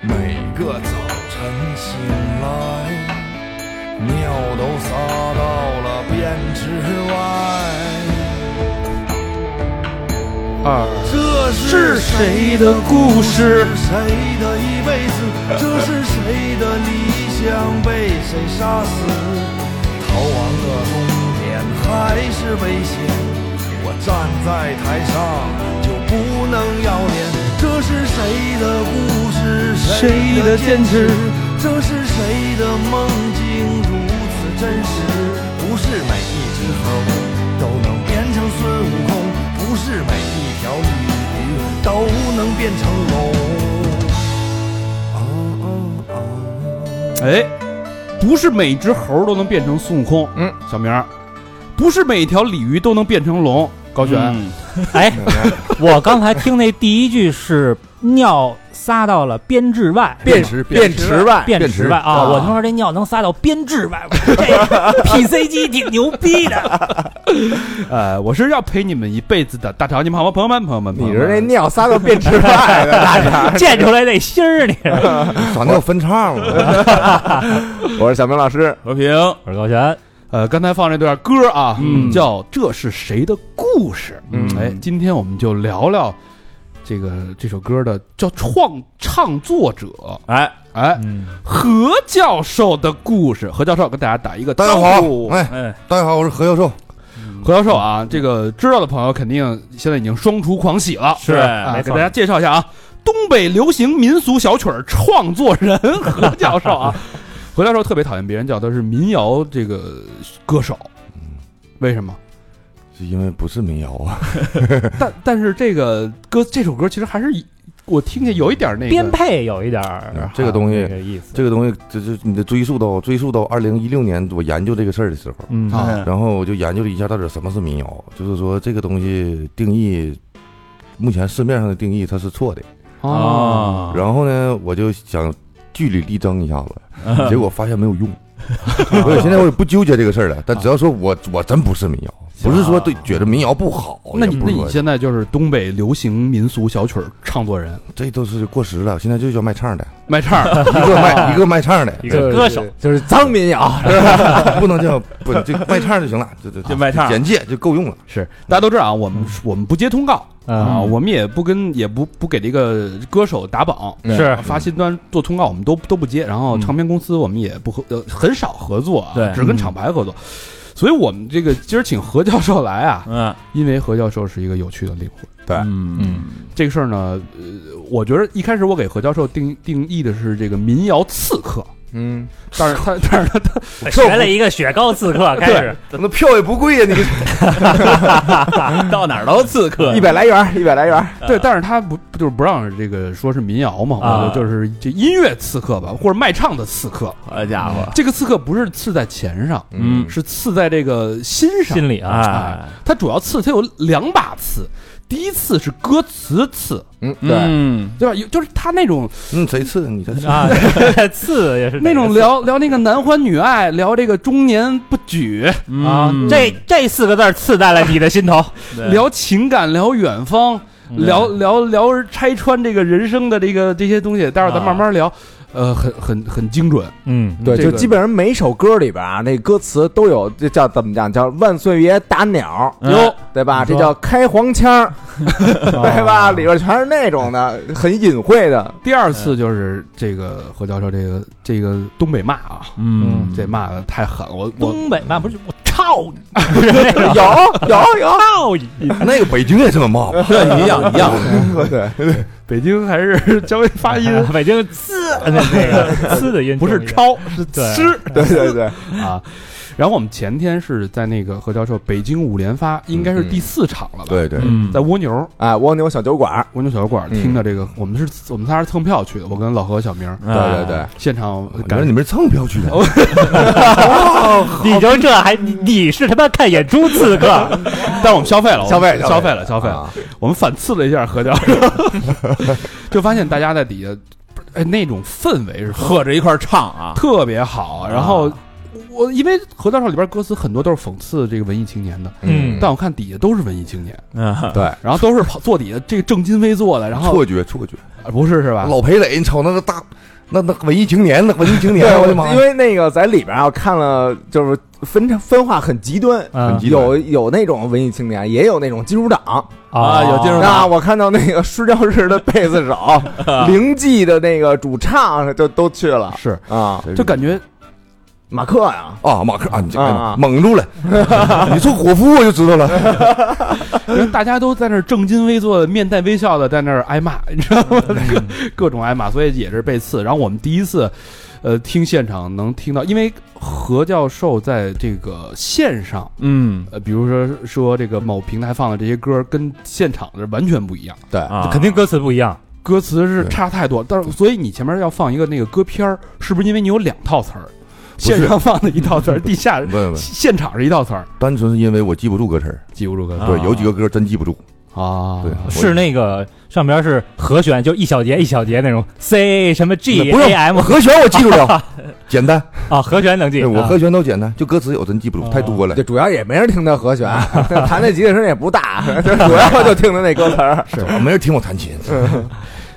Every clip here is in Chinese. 每个早晨醒来，尿都撒到了便池外。二，这是是谁的故事？谁的一辈子？这是谁的理想被谁杀死？逃亡的终点还是危险，我站在台上就不能要脸。这是谁的故事？谁的坚持？这是谁的梦境如此真实？不是每一只猴都能变成孙悟空，不是每一条鱼都能变成龙。哦哦哦，哎，不是每只猴都能变成孙悟空。嗯，小明儿，不是每条鲤鱼都能变成龙。高璇，嗯哎，我刚才听那第一句是尿撒到了边至外，便池便池外便便池池外外啊！我听说这尿能撒到边至外，我说这 PC 机挺牛逼的。呃，我是要陪你们一辈子的大乔，你们好吗？朋友们，朋友们，你朋友嗯是那们尿撒到便池 外的大肠，溅出来那芯儿，你知道吗咋能有分叉 了？我是小明老师，和平。我是高璇，呃，刚才放这段歌啊，嗯叫《这是谁的故事》。嗯哎，今天我们就聊聊这个这首歌的叫创唱作者，哎哎，何教授的故事。何教授跟大家打一个大家招好呼，。哎，哎，大家好，我是何教授。何教授啊，这个知道的朋友肯定现在已经双厨狂喜了，是啊，没给错大家介绍一下啊，东北流行民俗小曲儿创作人 何教授啊，何教授特别讨厌别人叫他是民谣这个歌手，为什么？是因为不是民谣啊，但但是这个歌这首歌其实还是以我听见有一点那编个，配有一点儿啊嗯这个东西那个意思，这个东西这就你得追溯到追溯到二零一六年我研究这个事儿的时候，嗯啊然后我就研究了一下到底什么是民谣，就是说这个东西定义，目前市面上的定义它是错的。啊哦，然后呢，我就想据理力争一下子，结果发现没有用。所以现在我也不纠结这个事儿了，但只要说我我真不是民谣，不是说对觉得民谣不好，那也你不那是你说现在就是东北流行民俗小曲儿创作人，这都是过时了，现在就叫卖唱的，卖唱儿 一个卖一个卖唱的，一个歌手就是脏民谣，不能叫不就卖唱就行了，这这就卖唱简介就够用了。是大家都知道啊，我们我们不接通告，啊，嗯我们也不跟也不不给这个歌手打榜，嗯是发新端做通告我们都都不接，然后嗯唱片公司我们也不合呃很少合作啊，对只跟厂牌合作。所以我们这个今儿请何教授来啊，嗯因为何教授是一个有趣的灵魂。对嗯这个事儿呢，呃，我觉得一开始我给何教授定定义的是这个民谣刺客，嗯，但是 他但是他嗯，学了一个雪糕刺客，开始那票也不贵呀，你到哪儿都刺客一，百来元，一百来元， 对，但是他不不就是不让这个说是民谣嘛，啊我觉得就是这音乐刺客吧，或者卖唱的刺客。好家伙，这个刺客不是刺在钱上，嗯是刺在这个心上。心里啊哎，它主要刺，它有两把刺。第一次是歌词刺，嗯，对，嗯，对吧？有就是他那种嗯，谁次你这是啊， 刺也是那种聊聊那个男欢女爱，聊这个中年不举，啊，这这四个字儿刺在了你的心头，聊情感，聊远方，嗯聊聊聊拆穿这个人生的这个这些东西。待会儿咱啊慢慢聊。呃，很很很精准，嗯对，这个就基本上每首歌里边啊，那歌词都有，这叫怎么讲？叫万岁爷打鸟，嗯哟，对吧？你说这叫开黄腔，对吧？里边全是那种的，很隐晦的，第二次就是这个何教授这个这个东北骂啊，嗯这骂的太狠，我我 东北那不是我操你，不是那有种有有，操你，那个北京也这么骂吧？对一样一样，对，北京还是稍微哎发音北京刺那那 个刺的音不是重抄一点是 对吃对对对，啊。然后我们前天是在那个何教授北京五连发，应该是第四场了吧？对对，嗯在蜗牛啊，蜗牛小酒馆，蜗牛小酒馆嗯嗯听的这个，我们是我们仨是蹭票去的，我跟老何、小明儿对对对，现场我觉感得觉你们是蹭票去的哦，你就这还你你是他妈看演出刺 客，但是我们消费了，消费我们消消费费了，消费了。啊我们反刺了一下何教授，就发现大家在底下，哎，那种氛围是喝着一块儿唱啊，特别好。然后我因为何教授里边歌词很多都是讽刺这个文艺青年的，嗯但我看底下都是文艺青年， 啊嗯对，然后都是跑坐底下这个正襟危坐的，然后错觉错觉，啊不是是吧？老裴磊，你瞅那个大那那文艺青年，那文艺青年，对，我我的妈因呀！为那个在里边啊，看了就是分分化很极端，啊嗯极端有有那种文艺青年，也有那种金属党。啊有金属党那我看到那个 失教式的贝斯手，灵记的那个主唱就都去了是，啊，哎就感觉马克呀，啊，马克啊，你这啊啊蒙住 了，你说伙夫我就知道 了。人大家都在那儿正襟危坐、面带微笑的在那儿挨骂，你知道吗？ 各各种挨骂，所以也是被刺。然后我们第一次，呃，听现场能听到，因为何教授在这个线上，嗯呃，比如说说这个某平台放的这些歌，跟现场的完全不一样，对，啊，肯定歌词不一样，歌词是对差太多。但是所以你前面要放一个那个歌片儿，是不是因为你有两套词儿？是线上放的一套词儿，地下不不，现场是一套词儿，单纯是因为我记不住歌词儿，记不住歌词啊对，有几个歌真记不住。啊对，我是那个上边是和弦，就一小节一小节那种 C 什么 G 不用 A M 和弦我记住 了，简单，啊，和弦能记。哎对我啊和弦都简单，就歌词有真记不住，啊太多了就。主要也没人听他 和弦，弹那吉他声也不大， 就主要就听他那歌词儿。是，啊没人听我弹琴，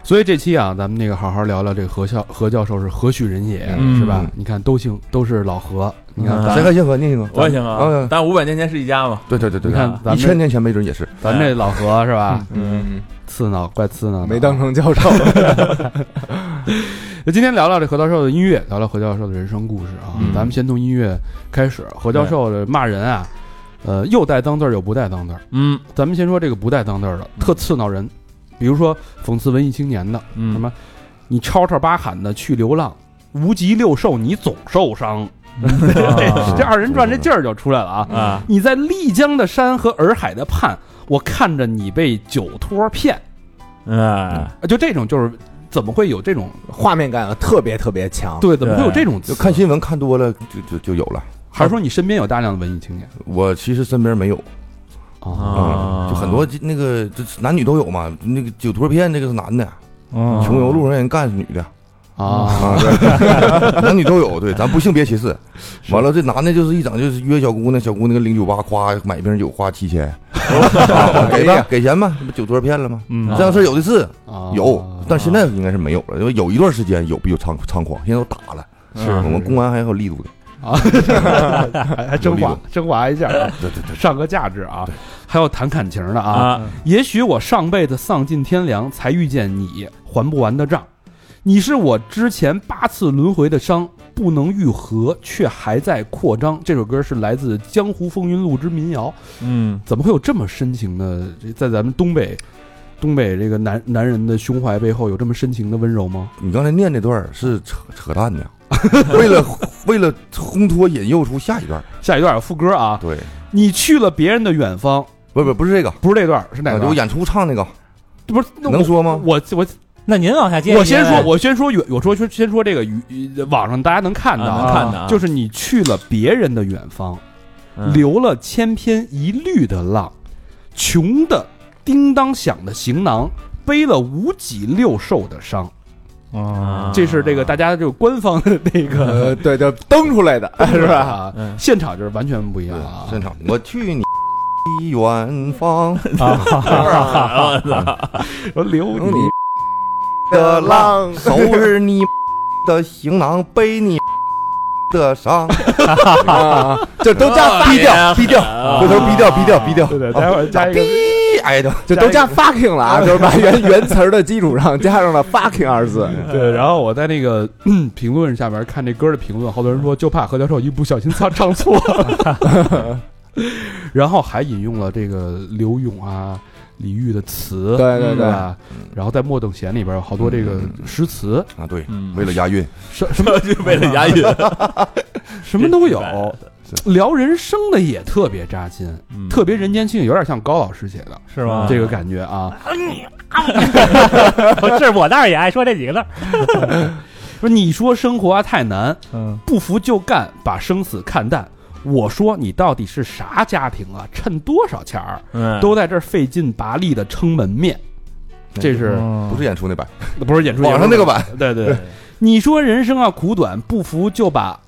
所以这期啊，咱们那个好好聊聊这个何教何教授是何许人也，啊嗯是吧？你看都姓都是老何，你嗯看啊咱、谁还信和那个？我也行啊哦嗯，但五百年前是一家嘛，对对对对你看咱对，们一千年前没准也是。咱这老何是吧？嗯，刺挠怪刺挠，啊没当。成教授，今天聊聊这何教授的音乐，聊聊何教授的人生故事啊。咱们先从音乐开始。何教授的骂人啊，呃，又带脏字儿又不带脏字儿。嗯咱们先说这个不带脏字儿嗯的，特刺挠人。比如说讽刺文艺青年的，嗯什么你吵吵巴喊的去流浪，无极六兽你总受伤。嗯 这二人转这劲儿就出来了啊！啊，你在丽江的山和洱海的畔，我看着你被酒托骗，嗯，就这种就是怎么会有这种 画面感特别特别强。对？怎么会有这对种词啊就？看新闻看多了，就就就有了。还是说你身边有大量的文艺青年我其实身边没有，啊嗯，就很多那个这男女都有嘛。那个酒托片那个是男的，嗯穷游路上人干是女的啊！啊， 对，男女都有。对，咱不性别歧视。完了，这男的就是一整就是约小姑娘，小姑娘跟零九八夸买瓶酒花七 千，啊给吧，啊给钱吧，这不酒托骗了吗？嗯这样事儿有的是，啊有，但现在应该是没有了，因为有一段时间有比较猖猖狂，现在都打了。是我们公安还有力度的，啊， 还还升华升华一下啊，对对对，上个价值啊！还有谈感情的啊，啊，也许我上辈子丧尽天良，才遇见你，还不完的账。你是我之前八次轮回的伤，不能愈合，却还在扩张。这首歌是来自《江湖风云录之民谣》，嗯怎么会有这么深情的？这在咱们东北，东北这个男男人的胸怀背后有这么深情的温柔吗？你刚才念那段儿是扯扯淡的， 为了为了烘托引诱出下一段儿，下一段有副歌啊，对，你去了别人的远方，不不不是这个，不是这段，是哪啊就段？我演出唱那个，不是那我能说吗？我我那您往下接，我先说，我先说远，我说先先说这个与网上大家能看到啊啊，能看到啊就是你去了别人的远方，嗯留了千篇一律的浪，穷的叮当响的行囊，背了五脊六兽的伤。哦啊这是这个大家这个官方的那个呃，对，就登出来的 是吧？啊嗯现场就是完全不一样啊对，现场我去你远方啊 我留等你你的 浪，收拾你的行囊，背你的伤，啊，就都加低调低调，啊回头低调低调低调，对对，待会儿加一个逼挨着，就都加 fucking 了啊，就是把原原词儿的基础上加上了 fucking 二字。对，然后我在那个 嗯评论下边看这歌的评论，好多人说就怕何教授一不小心唱唱错 了，然后还引用了这个刘勇啊、李煜的词，对对是对，嗯吧？然后在《莫等闲》里边有好多这个诗词，啊，对，嗯为了押韵，什什么就为了 押韵，什么都有真明，聊人生的也特别扎心，嗯特别人间清醒，有点像高老师写的是吗？ 这个感觉啊。哦是我那儿也爱说这几个字儿。不是你说生活啊太难，嗯，不服就干，把生死看淡。我说你到底是啥家庭啊？趁多少钱儿嗯都在这儿费劲拔力的撑门面，这是不是演出那版，不是演出？网上那个版，对对对，你说人生啊苦短，不服就把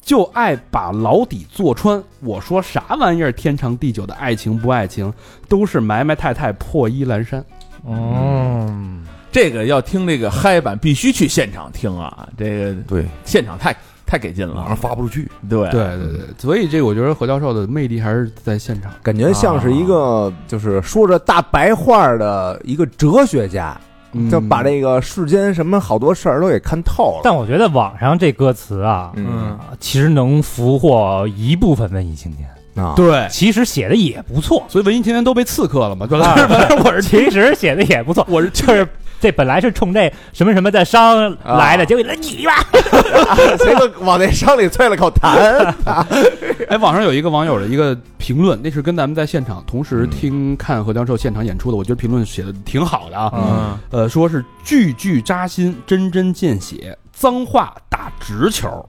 就爱把牢底坐穿。我说啥玩意儿？天长地久的爱情不爱情，都是埋埋汰汰破衣烂衫。嗯，这个要听这个嗨版，必须去现场听啊！这个对，现场太太给劲网上了，发不出去，对对对对，所以这个我觉得何教授的魅力还是在现场。感觉像是一个就是说着大白话的一个哲学家，嗯就把这个世间什么好多事儿都给看透了。但我觉得网上这歌词啊，嗯其实能俘获一部分文艺青年，啊， 对，其实写的也不错，所以文艺青年都被刺客了嘛？对吧？啊反正 我是其实写的也不错。我是就是这本来是冲这什么什么的伤来的，啊结果你吧，结果往那伤里啐了口痰。哎，网上有一个网友的一个评论，那是跟咱们在现场同时听看何教授现场演出的，我觉得评论写的挺好的啊。嗯，呃，说是句句扎心，针针见血，脏话打直球，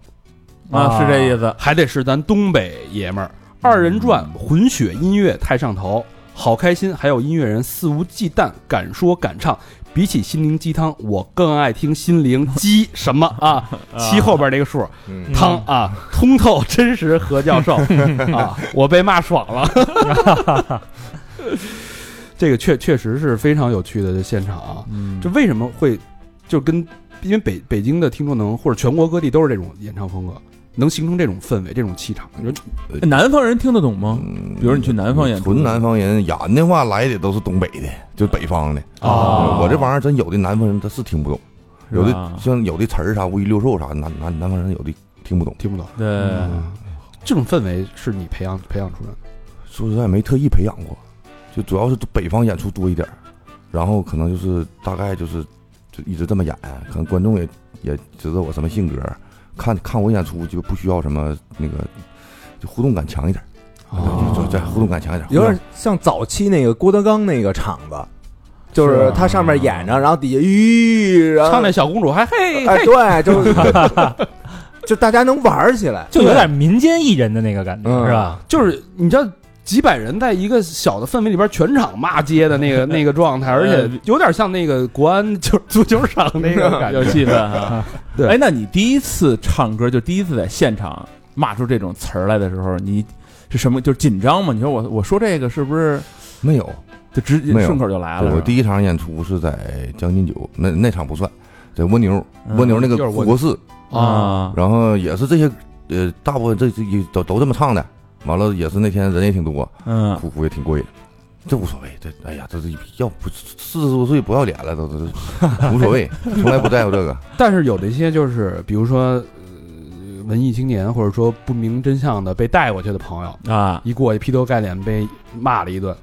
啊，是这意思。还得是咱东北爷们儿。二人转混血音乐太上头，好开心！还有音乐人肆无忌惮，敢说敢唱。比起心灵鸡汤，我更爱听心灵鸡什么啊？七后边这个数，嗯汤啊，通透真实何教授啊，我被骂爽了。这个确确实是非常有趣的现场啊，嗯这为什么会就跟因为北北京的听众能或者全国各地都是这种演唱风格，能形成这种氛围、这种气场，你说南方人听得懂吗？嗯比如你去南方演出纯南方人演的话来的都是东北的，就北方的。啊我这玩意儿真有的南方人他是听不懂，是吧有的像有的词儿啥乌一六兽啥，南南南方人有的听不懂。听不懂？对，这种氛围是你培养培养出来的说实在没特意培养过，就主要是北方演出多一点儿，然后可能就是大概就是就一直这么演，可能观众也也知道我什么性格，看看我演出就不需要什么那个，就互动感强一点儿，啊就就再互动感强一点儿， 有点像早期那个郭德纲那个场子，就是啊他上面演着，然后底下咦，然后啊唱那小公主还嘿哎，嘿，对，就 就大家能玩起来。就有点民间艺人的那个感觉，嗯是吧？就是你知道。几百人在一个小的氛围里边，全场骂街的那 个那个状态，而嗯且有点像那个国安球足球场那个感觉。有气氛啊。对哎，那你第一次唱歌，就第一次在现场骂出这种词儿来的时候，你是什么？就是紧张吗？你说我我说这个是不是没有。就直接没有顺口就来了？我一第一场演出是在将近九，那那场不算，在蜗牛，嗯蜗牛那个就是蜗护国寺，啊，然后也是这些呃，大部分这这也都都这么唱的。完了也是那天人也挺多，嗯，哭哭也挺过瘾，这无所谓。这哎呀，这这要不四十多岁不要脸了，都都都无所 谓，从来不在乎这个。但是有的一些就是，比如说、呃、文艺青年，或者说不明真相的被带过去的朋友，啊，一过去劈头盖脸被骂了一顿，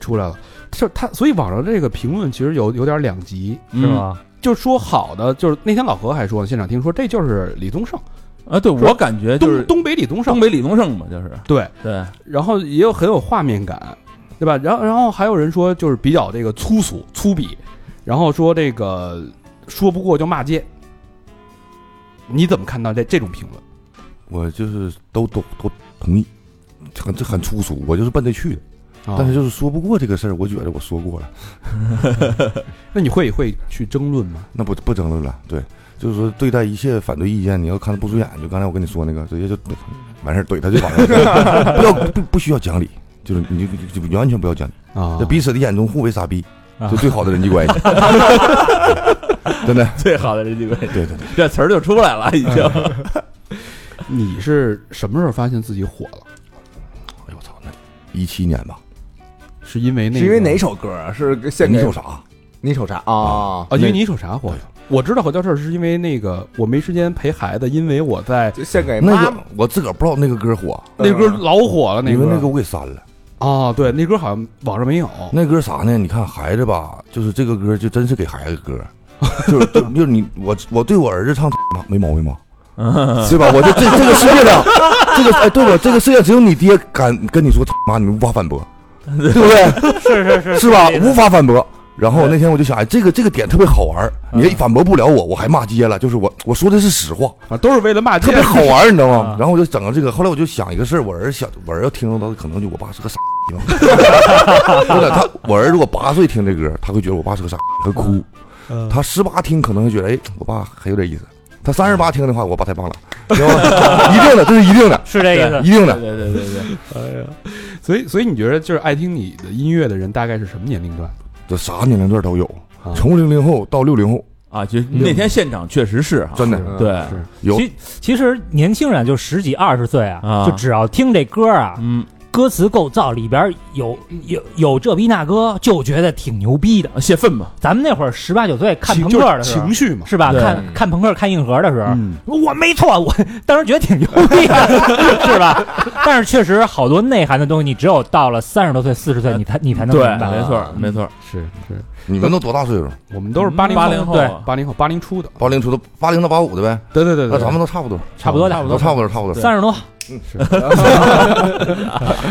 出来了。就是他，所以网上这个评论其实有有点两极，是吗？就说好的，就是那天老何还说呢，现场听说这就是李宗盛，嗯？啊，对我感觉就东、是东北李宗盛，东北李宗盛嘛，就是对，对，然后也有很有画面感，对吧？然后然后还有人说就是比较这个粗俗粗鄙，然后说这个说不过就骂街，你怎么看到这这种评论？我就是都都都同意，这很这很粗俗，我就是奔这去的。啊但是就是说不过这个事儿，我觉得我说过了，那你会会去争论吗？那不不争论了。对，就是说对待一切反对意见，你要看他不顺眼，就刚才我跟你说那个，直接就完事儿怼他就完 了，不要不不需要讲理。就是你就就完全不要讲理，啊在彼此的眼中互为傻逼，啊就最好的人际 关系。真的，最好的人际关系，对对对。这词儿就出 来了，已经。你是什么时候发现自己火了？哎呦我操，那一七年吧，是因为那个、是因为哪首歌啊？是献你给瞅啥？你手啥啊？啊？因为你一首啥火的？我知道何教授是因为那个我没时间陪孩子，因为我在就献给那妈个我自个儿不知道那个歌火，那歌老火了，那呃因为歌那个我给删了。哦，对，那歌好像网上没有。那歌啥呢？你看孩子吧，就是这个歌就真是给孩子歌， 就是就就是你我我对我儿子唱 没毛病吗？对吧？我就这这个世界上，这个哎，对吧？这个世界只有你爹敢跟你说 妈，你无法反驳，对不对？是是是是吧？这个无法反驳。然后那天我就想，哎，这个这个点特别好玩儿，你也反驳不了我，我还骂街了，就是我我说的是实话，啊，都是为了骂街特别好玩儿，你知道吗啊？然后我就整个这个，后来我就想一个事儿，我儿子小，我儿子听到的可能就我爸是个傻逼吧。真的，他我儿子如果八岁听这歌，他会觉得我爸是个傻逼，会哭。他十八听可能会觉得，哎，我爸还有点意思。他三十八听的话，我爸太棒了，知道吗？一定的，这是一定的，是这意思。一定对的。对对对对，所以，所以你觉得就是爱听你的音乐的人大概是什么年龄段？这啥年龄段都有，啊从零零后到六零后，啊，就那天现场确实是哈，真的是对，有其其实年轻人就十几二十岁啊，啊就只要听这歌啊，嗯，歌词构造里边有有有这逼那歌，就觉得挺牛逼的。泄愤吧，咱们那会儿十八九岁看情朋就克的是时候情，绪嘛，是吧？对看看朋克、看硬核的时候，嗯我没错，我当时觉得挺牛逼的，是吧？但是确实好多内涵的东西，你只有到了三十多岁、四十岁，你才你才能对明，白。没错没错，是是，你们都多大岁数？我们都是八零八零后，哎后对八零后八零初的，八零出头，八零到八五的呗，对对对那对，咱们都差不多，差不多的，都差不多，差不多。三十多，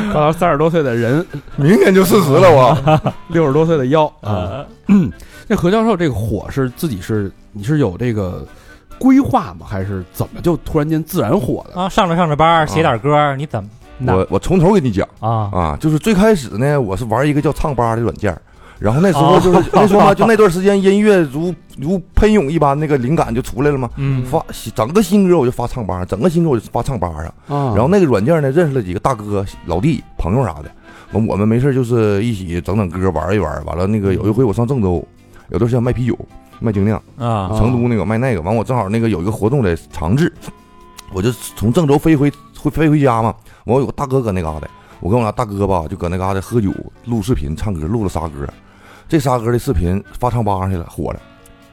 快到三十多岁的人，明年就四十了，我六十多岁的腰啊。 那何教授这个火是自己是你是有这个规划吗？还是怎么就突然间自然火的？啊，上着上着班，写点歌，你怎么那我我从头给你讲啊？啊，就是最开始呢，我是玩一个叫唱吧的软件儿。然后那时候就是、 哦那时候嘛，就那段时间音乐如如喷涌一般，那个灵感就出来了嘛。嗯，发整个新歌我就发唱吧，整个新歌我就发唱吧上。啊嗯然后那个软件呢，认识了几个大哥、老弟、朋友啥的。完，我们没事就是一起整整歌，玩一玩。完了，那个有一回我上郑州，有段时间卖啤酒、卖精酿，啊，成都那个卖那个。完，我正好那个有一个活动在长治，我就从郑州飞回回飞回家嘛。完，我有个大哥搁那嘎达，我跟我俩大哥吧就搁那嘎达喝酒、录视频、唱歌，录了仨歌。这仨歌的视频发唱吧上去了，火了，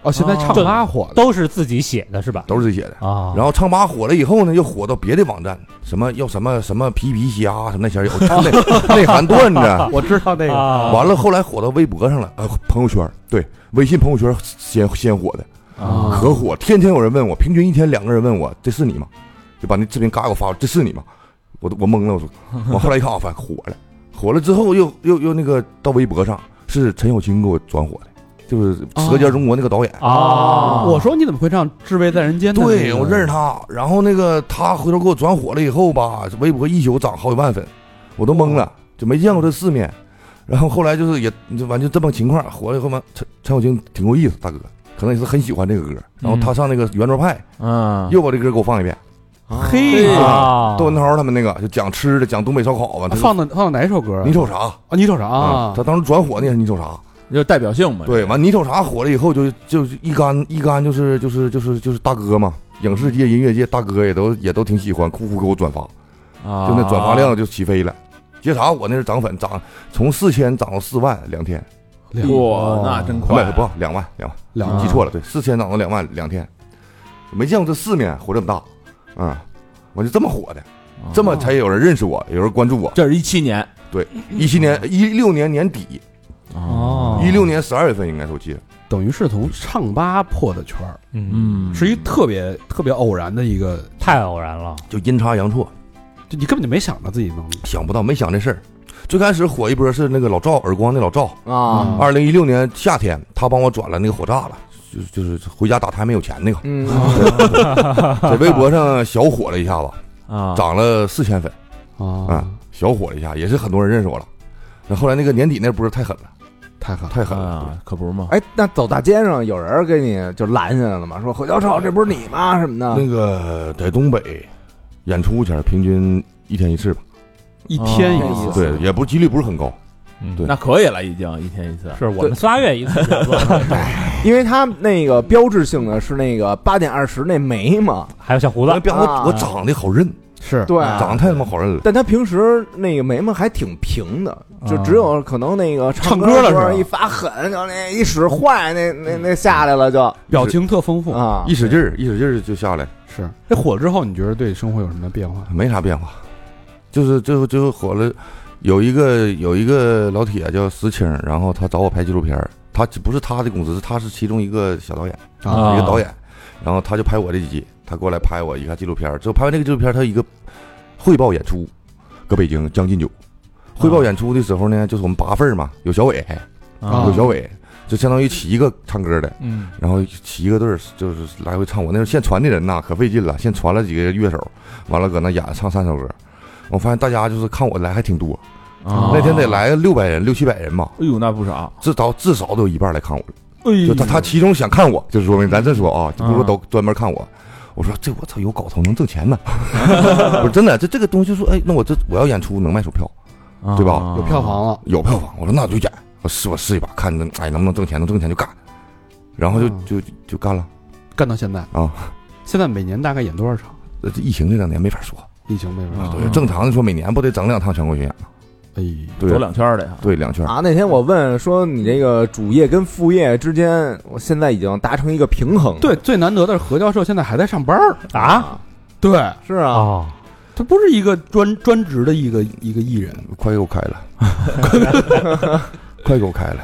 哦，现在唱就吧火的都是自己写的是吧？都是这些的。啊，然后唱吧火了以后呢，又火到别的网站，什么要什么什么皮皮虾啊什么那些有内内涵段子。我知道那个啊，完了，后来火到微博上了，呃，朋友圈对，微信朋友圈先先火的，啊可火，天天有人问我，平均一天两个人问我，这是你吗？就把那视频嘎给我发，这是你吗？我都我懵了，我说，我后来一看，我发现火了，火了之后又又又那个到微博上，是陈小青给我转火的，就是《舌尖中国》那个导演，啊，我说你怎么会唱《至味在人间》呢？对，我认识他。然后那个他回头给我转火了以后吧，微博一宿涨好几万粉，我都懵了，就没见过这世面。然后后来就是也就完就这么情况，火了以后嘛，陈陈小青挺够意思，大哥可能也是很喜欢这个歌。然后他上那个圆桌派，嗯，又把这歌给我放一遍，嘿对啊，窦文涛他们那个就讲吃的，讲东北烧烤嘛。他说啊放的放的哪首歌啊？你瞅啥啊，你瞅啥啊啊？？他当时转火那是你瞅啥？就代表性嘛，对，完你瞅啥火了以后就就一干一干就是就是就是就是大哥嘛，影视界、音乐界大哥也都也都挺喜欢，酷酷给我转发。啊，就那转发量就起飞了。接啥？我那是涨粉，涨从四千涨到四万，两天，两哇，那真不快，不哦两万两万，两记错了，对，四千涨到两万两天，没见过这世面火这么大，嗯，我就这么火的，啊这么才有人认识我，有人关注我。哦这是一七年嗯一七年一六年年底，哦一六年十二月份应该是我记得，等于是从唱吧破的圈儿，嗯，嗯，是一特别特别偶然的一个，太偶然了，就阴差阳错，就你根本就没想着自己能想不到没想这事儿。最开始火一波是那个老赵耳光那老赵，哦啊，二零一六年夏天他帮我转了那个火炸了，就就是回家打胎没有钱 那个。嗯，在微博上小火了一下子，啊，涨了四千粉啊啊，，小火了一下，也是很多人认识我了。那后来那个年底那波太狠了，太狠了。太狠了，啊，可不是嘛，哎，那走大街上有人给你就拦下来了吗？说何教授，这不是你吗？什么的那个在东北演出前平均一天一次吧，一天一哦次，对，也不几率不是很高，嗯对那可以了，已经一天一次，是我们仨月一次直播，因为他那个标志性的是那个八点二十那眉嘛， 还有小胡那子，别啊我我长得好认，是对，长得太他妈好认了。但他平时那个眉毛还挺平的，就只有可能那个唱歌歌了的时候是吧一发狠，就那一使坏，那那那下来了就表情特丰富。啊一使劲儿，一使劲儿就下来，是这火了之后，你觉得对生活有什么变化？没啥变化，就是最后最后火了。有一个有一个老铁叫石青，然后他找我拍纪录片儿，他不是他的公司，是他是其中一个小导演。啊一个导演，然后他就拍我这几集，他过来拍我一个纪录片儿，之后拍完这个纪录片儿，他有一个汇报演出，搁北京将近九，汇啊报演出的时候呢，就是我们八份儿嘛，有小伟，啊有小伟，就相当于起一个唱歌的，嗯然后起一个队儿，就是来回唱。我那时候现传的人呐，可费劲了，现传了几个乐手，完了搁那演唱三首歌，我发现大家就是看我来还挺多，啊，那天得来六百人六七百人吧，哎呦，那不少，至少至少都有一半来看我了。哎就他他其中想看我，就是说明咱这说啊，就不说啊都专门看我。我说这我操有搞头能挣钱呢，我说真的这这个东西说哎那我这我要演出能卖出票啊对吧有票，房了，有票房，我说那我就演，我试我试一把看能哎能不能挣钱能挣钱就干，然后就嗯就就干了干到现在，啊。现在每年大概演多少场？呃这疫情这两年没法说，疫情没有啊对，正常的说每年不得整两趟全国巡演吗？哎，对走，两圈儿的呀。对，两圈儿。啊！那天我问说你这个主业跟副业之间，我现在已经达成一个平衡了。对，最难得的是何教授现在还在上班儿，啊，对是啊，哦，他不是一个专专职的一个一个艺人，快给我开 了，快给我开了！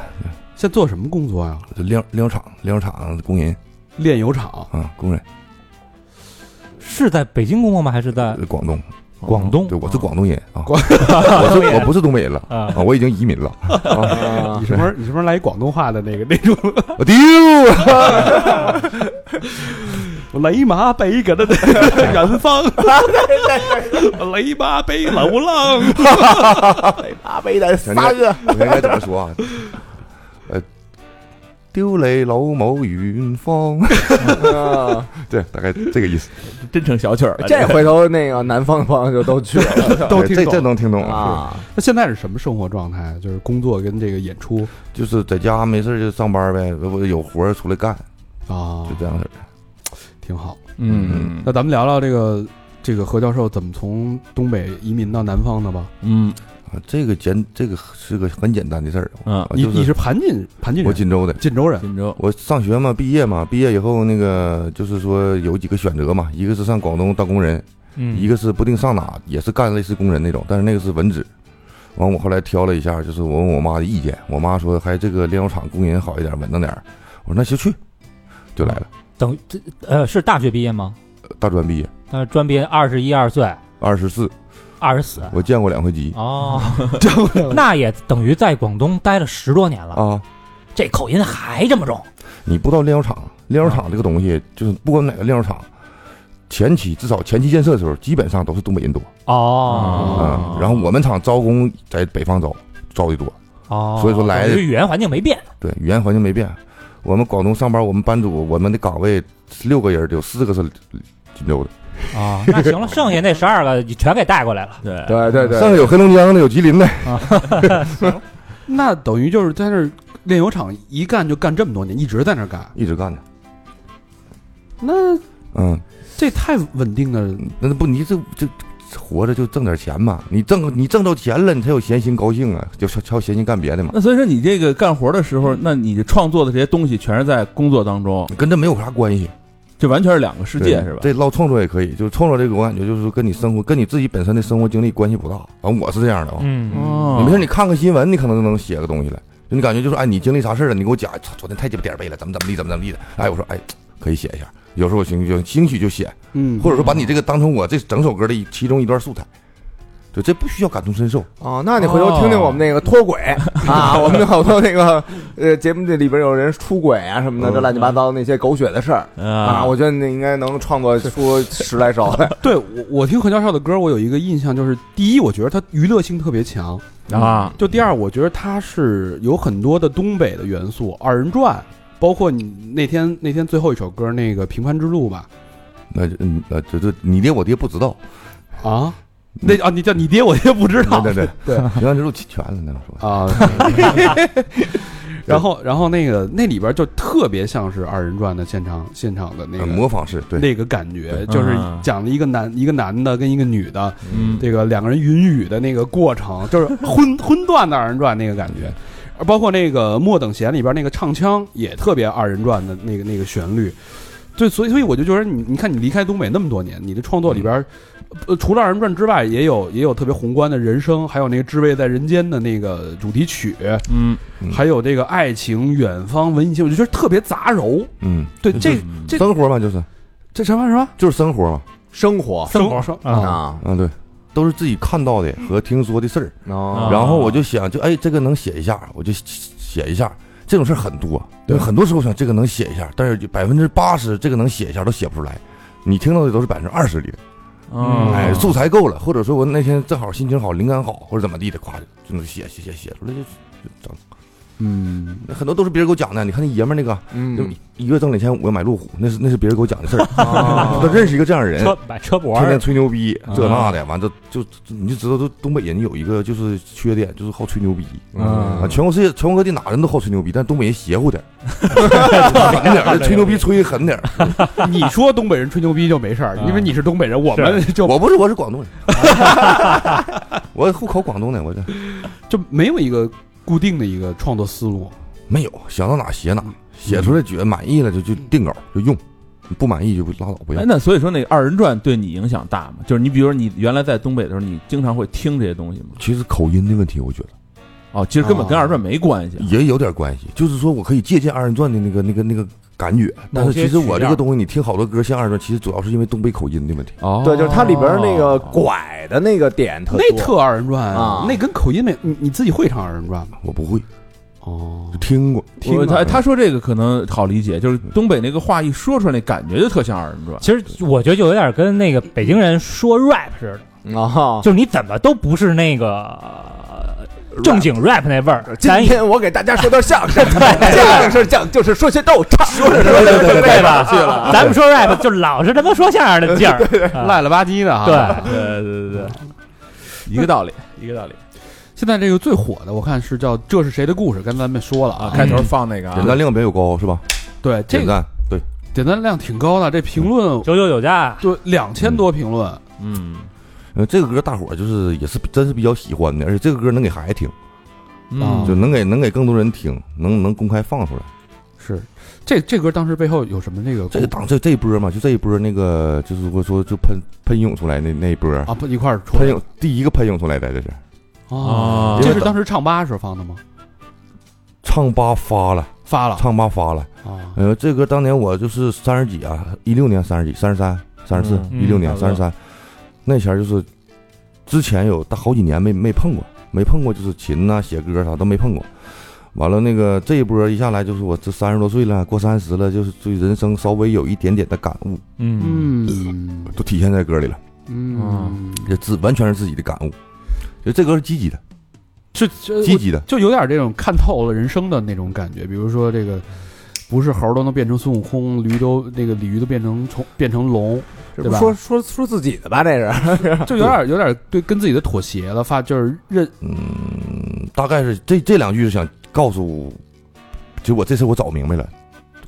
现在做什么工作呀、这炼炼油厂，炼油厂工人炼油厂，啊，工人，是在北京工作吗？还是在呃广东，广东？对我是广东人啊，广我是 我不是东北人了啊啊，我已经移民了啊！啊你什么时候你什么时候来一广东话的那个那种？ 我丢，雷马北搁的远方，雷马北流浪。阿北的仨个 我应该怎么说啊？呃，丢雷楼某云峰，啊，对，大概这个意思。真成小曲儿了。这回头那个南方的朋友就都去了都哎听这懂这能听懂？啊。那现在是什么生活状态？啊就是工作跟这个演出就是在家没事儿就上班呗，我有活儿出来干，啊就，这样式儿。挺好。嗯那咱们聊聊这个这个何教授怎么从东北移民到南方的吧？嗯啊，这个简这个是个很简单的事儿。嗯啊，你就是你是盘锦盘锦我人，锦州的，锦州人锦州我上学嘛，毕业嘛，毕业以后那个就是说有几个选择嘛，一个是上广东当工人，嗯一个是不定上哪，也是干类似工人那种，但是那个是文职。完，我后来挑了一下，就是我问我妈的意见，我妈说还这个炼油厂工人好一点，稳当点儿。我说那就去，就来了，等这呃是大学毕业吗？大专毕业，但是专毕业二十一二岁，二十四，二十四。我见过两回机哦，那也等于在广东待了十多年了，啊。这口音还这么重。你不知道炼油厂，炼油厂这个东啊西就是不管哪个炼油厂，前期至少前期建设的时候，基本上都是东北人多啊、哦然后我们厂招工在北方招，招的多，哦，所以说来等于语言环境没变。对，语言环境没变。我们广东上班，我们班主我们的岗位六个人，有四个是锦州的，啊，那行了，剩下那十二个你全给带过来了。对对对剩下对，有黑龙江的，有吉林的，那等于就是在那儿炼油厂一干就干这么多年，一直在那儿干，一直干的。那嗯，这太稳定了。那不你这这这活着就挣点钱嘛，你挣你挣到钱了，你才有闲心高兴啊，就才才有闲心干别的嘛，那所以说你这个干活的时候，那你创作的这些东西全是在工作当中，跟这没有啥关系。这完全是两个世界对是吧？这唠创作也可以，就是创作这个，我感觉就是说跟你生活、跟你自己本身的生活经历关系不大。反正我是这样的啊、嗯，哦你没事，你看看新闻，你可能就能写个东西来。就你感觉就是，哎，你经历啥事儿了？你给我讲，操昨天太鸡巴点儿背了，怎么怎么地，怎么怎么地的。哎，我说，哎，可以写一下。有时候我兴许就兴许就写，嗯，或者说把你这个当成我这整首歌的一其中一段素材。对，这不需要感同身受。哦，那你回头听听我们那个脱轨啊，我们有好多那个呃节目这里边有人出轨啊什么的，这乱七八糟那些狗血的事儿啊，啊，我觉得你应该能创作出十来首来。对我我听何教授的歌，我有一个印象就是，第一，我觉得他娱乐性特别强；啊，就第二，我觉得他是有很多的东北的元素，二人转，包括你那天那天最后一首歌那个《平凡之路》吧。那嗯，那这这你爹我爹不知 道，啊，那啊，你叫你爹，我爹不知道。对对对 平安之路全了，那样说。啊。 然后，然后那个那里边就特别像是二人转的现场现场的那呃个模仿式，对，那个感觉，就是嗯讲了一个男一个男的跟一个女的，嗯，这个两个人云雨的那个过程，就是荤荤段的二人转那个感觉。而包括那个《莫等闲》里边那个唱腔也特别二人转的那个那个旋律，对，所以所以我就觉得你你看你离开东北那么多年，你的创作里边，呃，除了二人转之外，也有也有特别宏观的人生，还有那个《知味在人间》的那个主题曲，嗯，嗯还有这个爱情、远方、文艺青，我就觉得特别杂糅。嗯，对，这嗯这生活嘛，就是这什么什么就是生活嘛，生 活生活生啊，啊，嗯，对，都是自己看到的和听说的事儿。哦然后我就想，就哎，这个能写一下，我就写一下。这种事儿很多，因为很多时候想这个能写一下，但是百分之八十这个能写一下都写不出来。你听到的都是百分之二十啊里的，嗯哎，素材够了，或者说我那天正好心情好，灵感好，或者怎么地的，夸就能写写写写出来就就整。嗯，那很多都是别人给我讲的。你看那爷们儿那个，就嗯，一月挣两千五要买路虎，那是那是别人给我讲的事儿。 啊他认识一个这样的人，车买车不玩天天儿，吹牛逼，这那的，完了就就你就知道，都东北人有一个就是缺点，就是好吹牛逼嗯啊。全国世界全国各地哪人都好吹牛逼，但东北人邪乎点儿，狠点儿，吹牛逼吹狠点儿。 你说东北人吹牛逼就没事儿，因为你是东北人，我们就我不是，我是广东人， 我户口广东的，我这就没有一个固定的一个创作思路。没有想到哪写哪，写出来觉得满意了就就定稿就用，不满意就不拉倒不哎，用。那所以说那二人转对你影响大吗？就是你比如说你原来在东北的时候，你经常会听这些东西吗？其实口音的问题，我觉得哦，其实根本跟二人转没关系。也有点关系，就是说我可以借鉴二人转的那个那个那个感觉，但是其实我这个东西，你听好多歌像二人转，其实主要是因为东北口音的问题。哦，对，就是它里边那个拐的那个点特那多 特二人转啊那跟口音没，你你自己会唱二人转吗？我不会，哦就，听啊过，嗯我听他着他说这个可能好理解，就是东北那个话一说出来，那感觉就特像二人转。其实我觉得就有点跟那个北京人说 rap 似的，啊。就是你怎么都不是那个呃正经 rap 那味儿，今咱也天我给大家说段相声，哎相声讲就是说些逗唱，说着说着就对背吧上去了。咱们说 rap 就老是他妈说相声的 劲儿，啊哦赖了吧唧的哈。啊对，对对对，一个道理，一个道理现在这个最火的，我看是叫《这是谁的故事》，跟咱们说了啊！啊。开头放那个点啊，赞量比较高是吧？对，这点个赞对，点赞量挺高的，这评论九九九加，就两千多评论。嗯呃，这个歌大伙儿就是也是真是比较喜欢的，而且这个歌能给孩子听，啊就能给能给更多人听，能能公开放出来。是，这这歌当时背后有什么那个这个当这这一波嘛，就这一波那个就是如果说就喷喷涌出来那那一波，啊？不一块儿出来喷涌第一个喷涌出来的这是哦啊这是当时唱吧时候放的吗？唱吧发了，发了哦啊唱吧发了。呃，这歌当年我就是三十几啊，一六年三十几，三十三、三十四，嗯一六差年不多三十三，那前儿就是之前有大好几年没没碰过，没碰过就是琴呐、写歌啥都没碰过。完了，那个这一波一下来就是我这三十多岁了，过三十了，就是对人生稍微有一点点的感悟，嗯嗯都体现在歌里了，嗯，这自完全是自己的感悟。就这歌是积极的，这这积极的，就有点这种看透了人生的那种感觉。比如说这个，不是猴儿都能变成孙悟空，驴都那个鲤鱼都变成虫变成龙，这对不吧说说说自己的吧，这 是就有点有点对跟自己的妥协了，发就是认嗯，大概是这这两句是想告诉，就我这次我找明白了，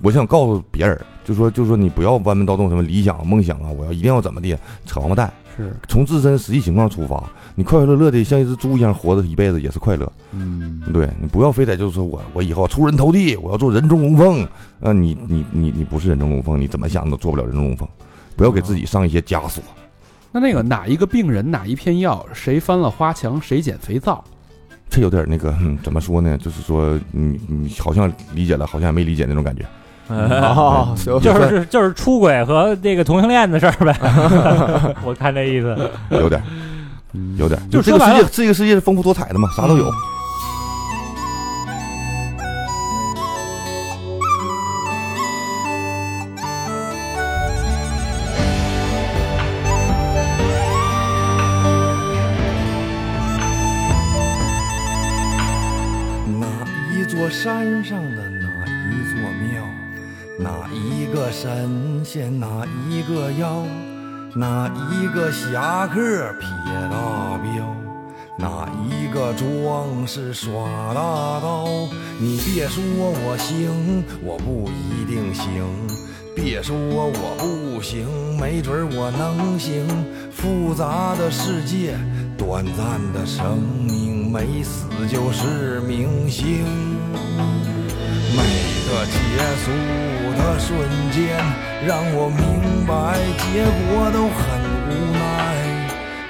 我想告诉别人，就说就说你不要弯门盗洞，什么理想梦想啊，我要一定要怎么地，扯王八蛋，是从自身实际情况出发，你快快乐乐的像一只猪一样活着一辈子也是快乐。嗯对你不要非得就是说我我以后啊出人头地，我要做人中龙凤，啊，你你你你不是人中龙凤，你怎么想都做不了人中龙凤，不要给自己上一些枷锁。那那个哪一个病人哪一片药，谁翻了花墙谁捡肥皂，这有点那个、嗯怎么说呢？就是说你你好像理解了，好像也没理解那种感觉。 哦，就 就是就是出轨和那个同性恋的事儿 呗，我看这意思。有点，有点，就这个说白世了嗯界，这个世界是丰富多彩的嘛，啥都有。哪一座山上的哪一座庙，哪一个神仙哪一个妖，哪一个侠客撇大镖，哪一个壮士耍大刀。你别说我行，我不一定行。别说我不行，没准儿我能行。复杂的世界，短暂的生命，没死就是明星。每个结束的瞬间，让我明白结果都很无奈。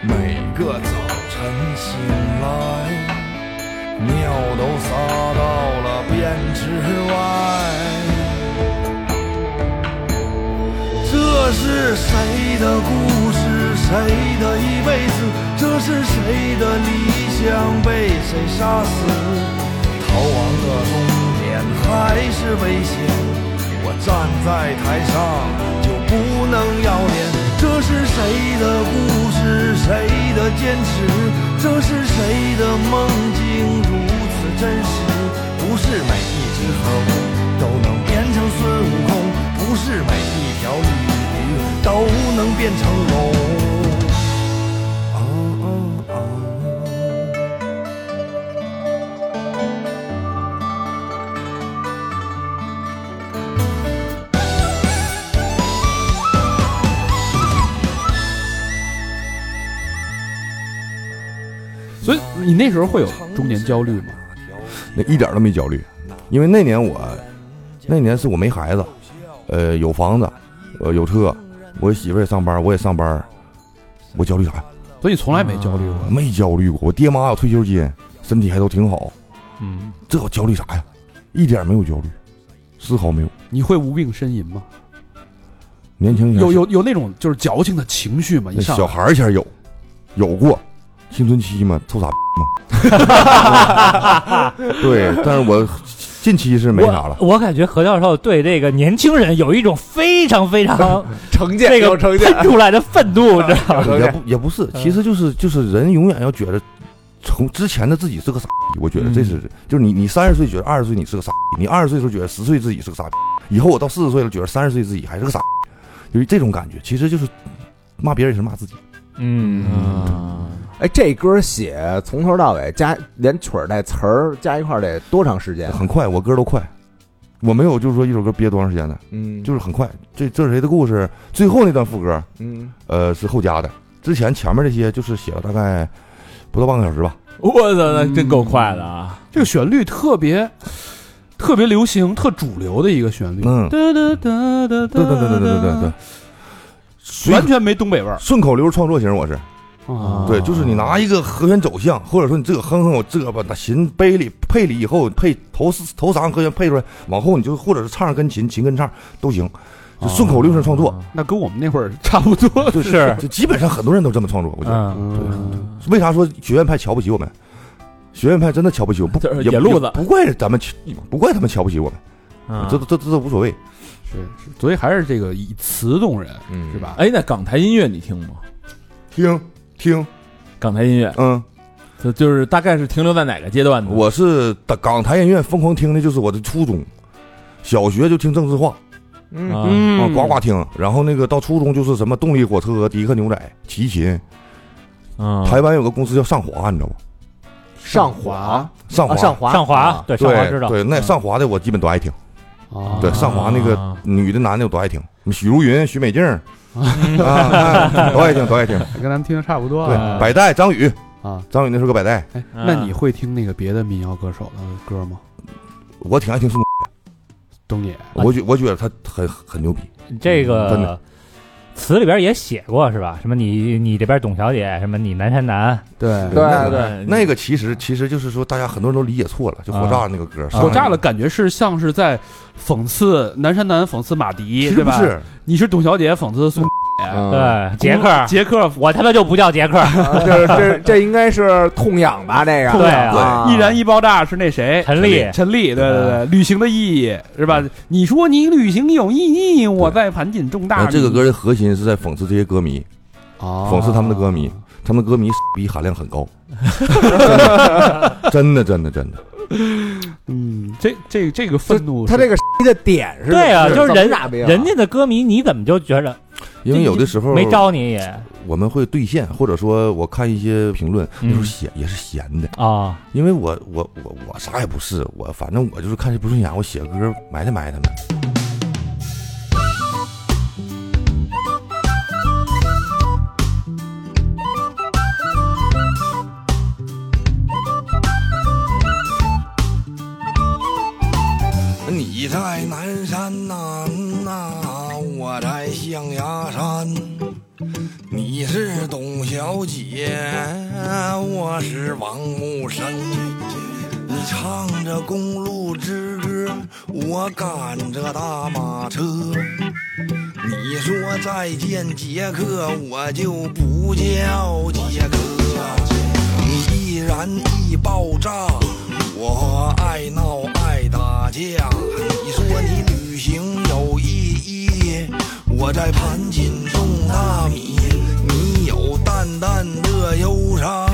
每个早晨醒来。尿都撒到了便池外。这是谁的故事？谁的一辈子？这是谁的理想被谁杀死？逃亡的终点还是危险，我站在台上就不能要脸。这是谁的故事？谁的坚持？这是谁的梦境如此真实？不是是每一只猴都能变成孙悟空，不是每一条鲤鱼都能变成龙。哦哦哦。所以你那时候会有中年焦虑吗？那一点都没焦虑，因为那年我那年是我没孩子，呃，有房子，呃，有车，我媳妇儿也上班，我也上班，我焦虑啥呀？所以你从来没焦虑过。没焦虑过，我爹妈有退休金，身体还都挺好，嗯，这我焦虑啥呀？一点没有焦虑，丝毫没有。你会无病呻吟吗？年轻前有有有那种就是矫情的情绪吗？一那上小孩儿前有有过青春期嘛，臭傻逼嘛。 对，但是我近期是没啥了。我。我感觉何教授对这个年轻人有一种非常非常 成见这有个成喷见，出来的愤怒，你知道吗？有成也见不也不是，嗯其实就是就是人永远要觉得，从之前的自己是个傻逼，我觉得这是、就是你你三十岁觉得二十岁你是个傻逼，你二十岁的时候觉得十岁自己是个傻逼，以后我到四十岁了觉得三十岁自己还是个傻逼，就是这种感觉，其实就是骂别人也是骂自己，嗯哎，这歌写从头到尾加连曲儿带词儿加一块儿得多长时间？很快我歌都快，我没有就是说一首歌憋多长时间的，嗯就是很快。这这是谁的故事？最后那段副歌，嗯，呃，是后加的，之前前面这些就是写了大概不到半个小时吧。我操，那真够快的啊！这个旋律特别特别流行、特主流的一个旋律，嗯哒哒哒哒对对对对对对对，对，完全没东北味儿顺口溜创作型我是。啊对，就是你拿一个和弦走向，或者说你这个哼哼，我这个把那琴背里配里以后配头四头三个和弦配出来，往后你就或者是唱跟琴，琴跟唱都行，就顺口溜式创作，哦那跟我们那会儿差不多。就是哦就基本上很多人都这么创作。我觉得嗯，嗯，为啥说学院派瞧不起我们？学院派真的瞧不起我们，就是不野路子不怪咱们瞧，不怪他们瞧不起我们，这啊这这这无所谓。是是，所以还是这个以词动人，嗯是吧？哎，那港台音乐你听吗？听听，港台音乐，嗯，就就是大概是停留在哪个阶段呢？我是港港台音乐疯狂听的就是我的初中，小学就听郑智化。嗯啊啊，哦呱呱呱听。然后那个到初中就是什么动力火车、迪克牛仔、齐秦。啊，台湾有个公司叫上华，你知道吗？上华上华，啊上华上华，对上华知对道，对，那上华的我基本都爱听。啊，对，上华那个女的、男的我都爱听，什么许茹芸、许美静啊，啊都爱听，都爱听。跟咱们听的差不多啊。对，百代张宇，啊，张宇那时候个百代，哎，嗯那你会听那个别的民谣歌手的歌吗？我挺爱听孙东，东野，我觉我觉得他很很牛逼。这嗯真个的词里边也写过是吧？什么你你这边董小姐，什么你南山南，嗯对对那个对那个其实其实就是说，大家很多人都理解错了，就哎啊火炸那个歌，火炸了，感觉是像是在讽刺南山南，讽刺马迪，其对实不吧？是，你是董小姐讽刺宋 嗯对，杰克，杰克我他妈就不叫杰克，哎啊这这这应该是痛痒吧？这个痛痒啊一燃一爆炸是那谁？陈立陈立，对对对，旅行的意义是吧？你说你旅行有意义，我在盘锦重大然利后益。呃哦这个歌的核心是在讽刺这些歌迷，讽讽刺他们的歌迷，他们的歌迷逼含量很高，真的真的真的。嗯，这这这个愤怒是，他这个 的点是对啊，就是人怎么咋的呀人家的歌迷，你怎么就觉着因为有的时候没招你也啊、我们会兑现，或者说我看一些评论，那嗯时候闲也是闲的，啊因为我我我我啥也不是，我反正我就是看谁不顺眼，我写歌埋汰埋汰他们。你在南山南呐、我在象牙山。你是董小姐，我是王木生。你唱着公路之歌，我赶着大马车。你说再见杰克，我就不叫杰克。你依然易爆炸，我爱闹爱打架。你说你旅行有意义，我在盘锦种大米。你有淡淡的忧伤，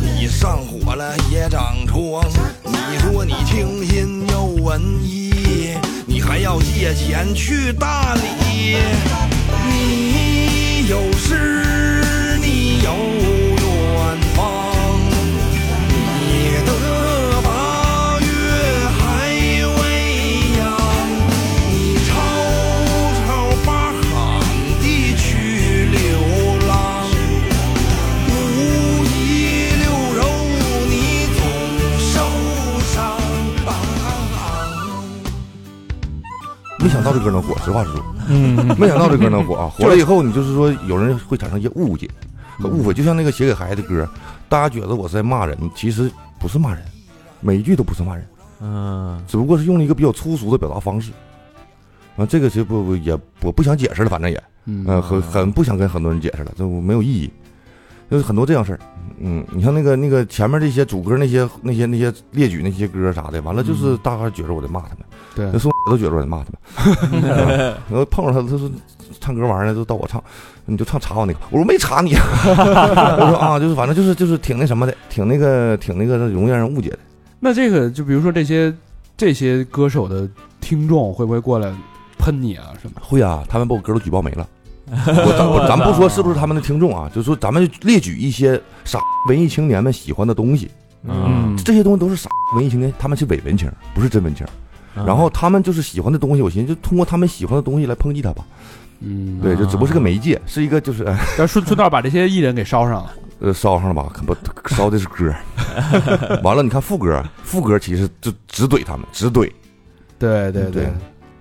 你上火了也长疮。狂。你说你清新又文艺，你还要借钱去大理。你有诗，你有远方，你的八月还未央，你朝朝巴罕地去流浪。无一溜肉，你总受伤。啊没想到这歌能火，实话实说，嗯， 没想到这歌能火啊！火了以后，你就是说有人会产生一些误解和误会，就像那个写给孩子的歌，大家觉得我是在骂人，其实不是骂人，每一句都不是骂人，嗯，只不过是用了一个比较粗俗的表达方式。啊，这个就不不也我不想解释了，反正也，嗯嗯，很很不想跟很多人解释了，这我没有意义。就是很多这样事儿，嗯，你像那个那个前面这些主歌那些那些那些列举那些歌啥的，完了就是大家觉着我在骂他们。嗯对那，宋都觉得我在骂他们，然后碰着他，他说唱歌玩意儿呢，就到我唱，你就唱查我那个，我说没查你，啊 我说啊，就是反正就是就是挺那什么的，挺那个挺那个容易让人误解的。那这个就比如说这些这些歌手的听众会不会过来喷你啊 什么？会啊，他们把我歌都举报没了。我咱我咱不说是不是他们的听众啊，就说咱们列举一些傻文艺青年们喜欢的东西，嗯这些东西都是傻文艺青年，他们是伪文青，不是真文青。然后他们就是喜欢的东西，我寻思就通过他们喜欢的东西来抨击他吧。嗯，对，就只不过是个媒介，是一个就是哎但顺顺道把这些艺人给烧上了。呃，烧上了吧？可不，烧的是歌儿。完了，你看副歌，副歌其实就只怼他们，只怼。对对对，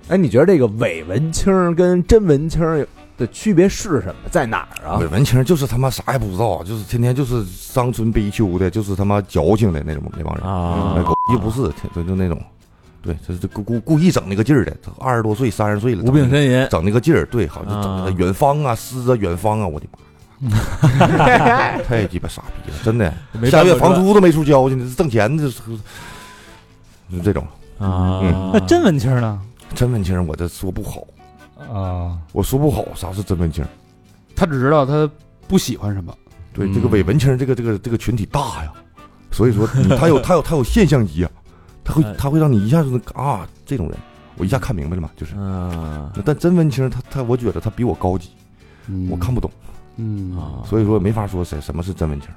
哎，你觉得这个伪文青儿跟真文青儿有的区别是什么？在哪儿啊伪？文青就是他妈啥也不知道，就是天天就是伤春悲秋的，就是他妈矫情的那种那帮人。啊那狗又不是，天就就那种，对，就是故故故意整那个劲儿的。二十多岁、三十岁了，无病整那呻吟，整那个劲儿，对，好像就整那个远方啊、诗啊、远方啊，我的妈呀，太鸡巴傻逼了，真的。没下办月法房租都没处交去，挣钱这是就这种。啊嗯，那真文青呢？真文青，我这说不好，啊，我说不好啥是真文青。他只知道他不喜欢什么。对，嗯这个伪文青，这个这个这个群体大呀，所以说你他有他有他有现象级啊，他会哎他会让你一下子啊，这种人，我一下看明白了嘛，就是。嗯但真文青，他他我觉得他比我高级，嗯我看不懂，嗯哦啊，所以说没法说谁什么是真文青。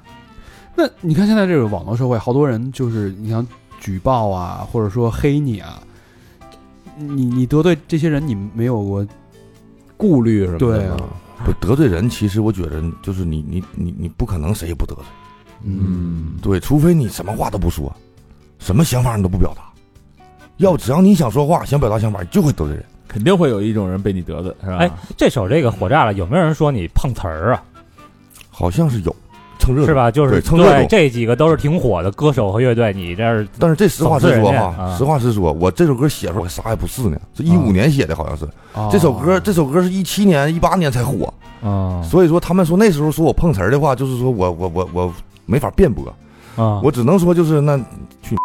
那你看现在这个网络社会，好多人就是你想举报啊，或者说黑你啊，你你得罪这些人，你没有过顾虑什么的对吗啊？不得罪人，其实我觉得就是你你你你不可能谁也不得罪，嗯，对，除非你什么话都不说，什么想法你都不表达，要只要你想说话想表达想法，就会得罪人。肯定会有一种人被你得罪，是吧？哎，这首这个火炸了，有没有人说你碰瓷儿啊？好像是有蹭热度是吧？就是对蹭热对度这几个都是挺火的歌手和乐队，你 这儿但是这实话实说讽刺人家哈，啊实话实说，我这首歌写出来我啥也不是呢，是一五年写的，好像是、哦啊这首歌，这首歌是一七年、一八年才火，啊所以说他们说那时候说我碰瓷儿的话，就是说我我我我没法辩驳，啊我只能说就是那去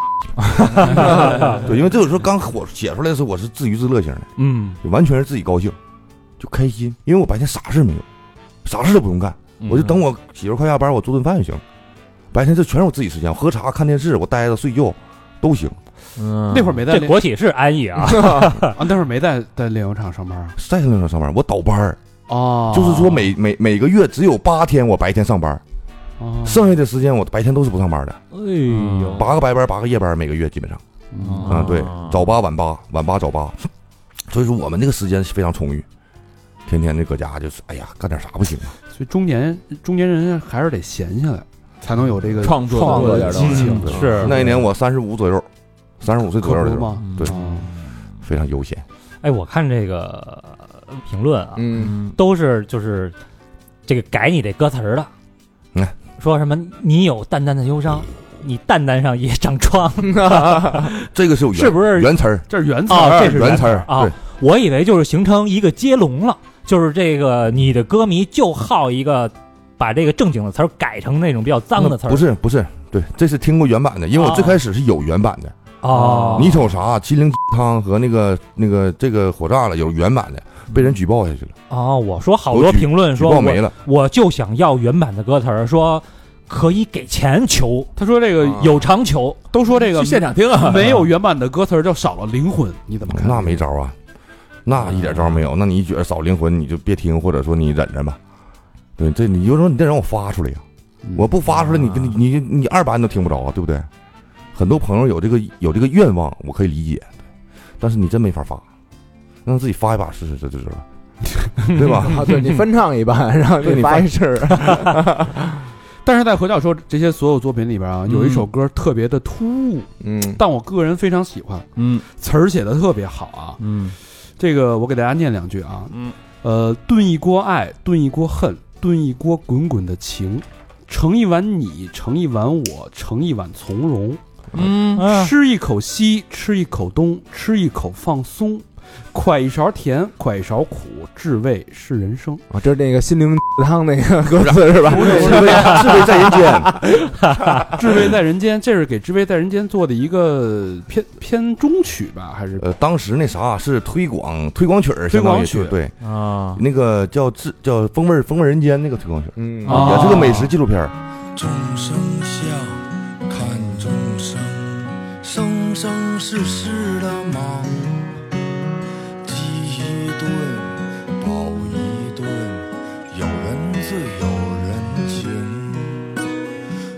你对，因为这首歌刚火写出来的时候，我是自娱自乐型的，嗯就完全是自己高兴，就开心，因为我白天啥事儿没有，啥事儿都不用干，嗯我就等我媳妇儿快下班，我做顿饭就行，白天这全是我自己时间，我喝茶、看电视，我待着睡觉都行。嗯那会儿没在这练国企是安逸啊，啊，那会儿没在在炼油厂上班啊在那上上班，我倒班儿，哦，啊就是说每每每个月只有八天我白天上班，啊哦剩下的时间我白天都是不上班的，哎呦，八个白班八个夜班，每个月基本上，嗯啊，对，早八晚八，晚八早八，所以说我们这个时间是非常充裕，天天就搁家就是，哎呀，干点啥不行啊？所以中年中年人还是得闲下来，才能有这个创作创作多一点激东西情，嗯是那一年我三十五左右，三十五岁左右可不的时候，吗？对哦非常悠闲，哎，我看这个呃评论啊，嗯，都是就是这个改你这歌词儿的嗯，说什么你有淡淡的忧伤，你淡淡上也长疮，啊这个是有原是不是原词儿？这是原词儿哦，这是原词儿啊对，我以为就是形成一个接龙了，就是这个你的歌迷就好一个把这个正经的词儿改成那种比较脏的词儿，啊不是不是，对，这是听过原版的，因为我最开始是有原版的。哦，啊你瞅啥？麒麟汤和那个那个这个火炸了，有原版的，被人举嗯报下去了，啊哦，我说好多评论举说我报没了。我就想要原版的歌词儿，说可以给钱求，他说这个啊有偿求，都说这个去现场听 啊，没有原版的歌词儿叫少了灵魂，你怎么看？那没招啊，那一点招没有。那你觉得少灵魂，你就别听，或者说你忍着吧。对，这你就说你得让我发出来呀、嗯我不发出来，你跟你你你二版你都听不着啊，对不对？很多朋友有这个有这个愿望，我可以理解，但是你真没法发，让自己发一把试试，这就知道了，对吧？啊，对你分唱一半，然后对你你发分一声儿，啊但是在何教授这些所有作品里边嗯啊，有一首歌特别的突兀，嗯，但我个人非常喜欢，嗯词儿写的特别好啊。嗯这个我给大家念两句啊，嗯，呃，炖一锅爱，炖一锅恨，炖一锅滚滚的情，盛一碗你，盛一碗我，盛一碗从容，嗯嗯，吃一口西，吃一口东，吃一口放松，快一勺甜，快一勺苦，至味是人生。啊，这是那个心灵鸡汤那个歌词是 吧？智慧智慧啊在人间， 《至味在人间》，这是给《至味在人间》做的一个偏偏中曲吧，还是呃，当时那啥是推广推广曲儿，推相当广于曲就是对，啊，那个叫智叫风味儿风味儿人间那个推广曲儿， 嗯啊也是个美食纪录片儿。众生相，看众生，生生世世的忙，饥一顿，饱一顿，有人醉有人情，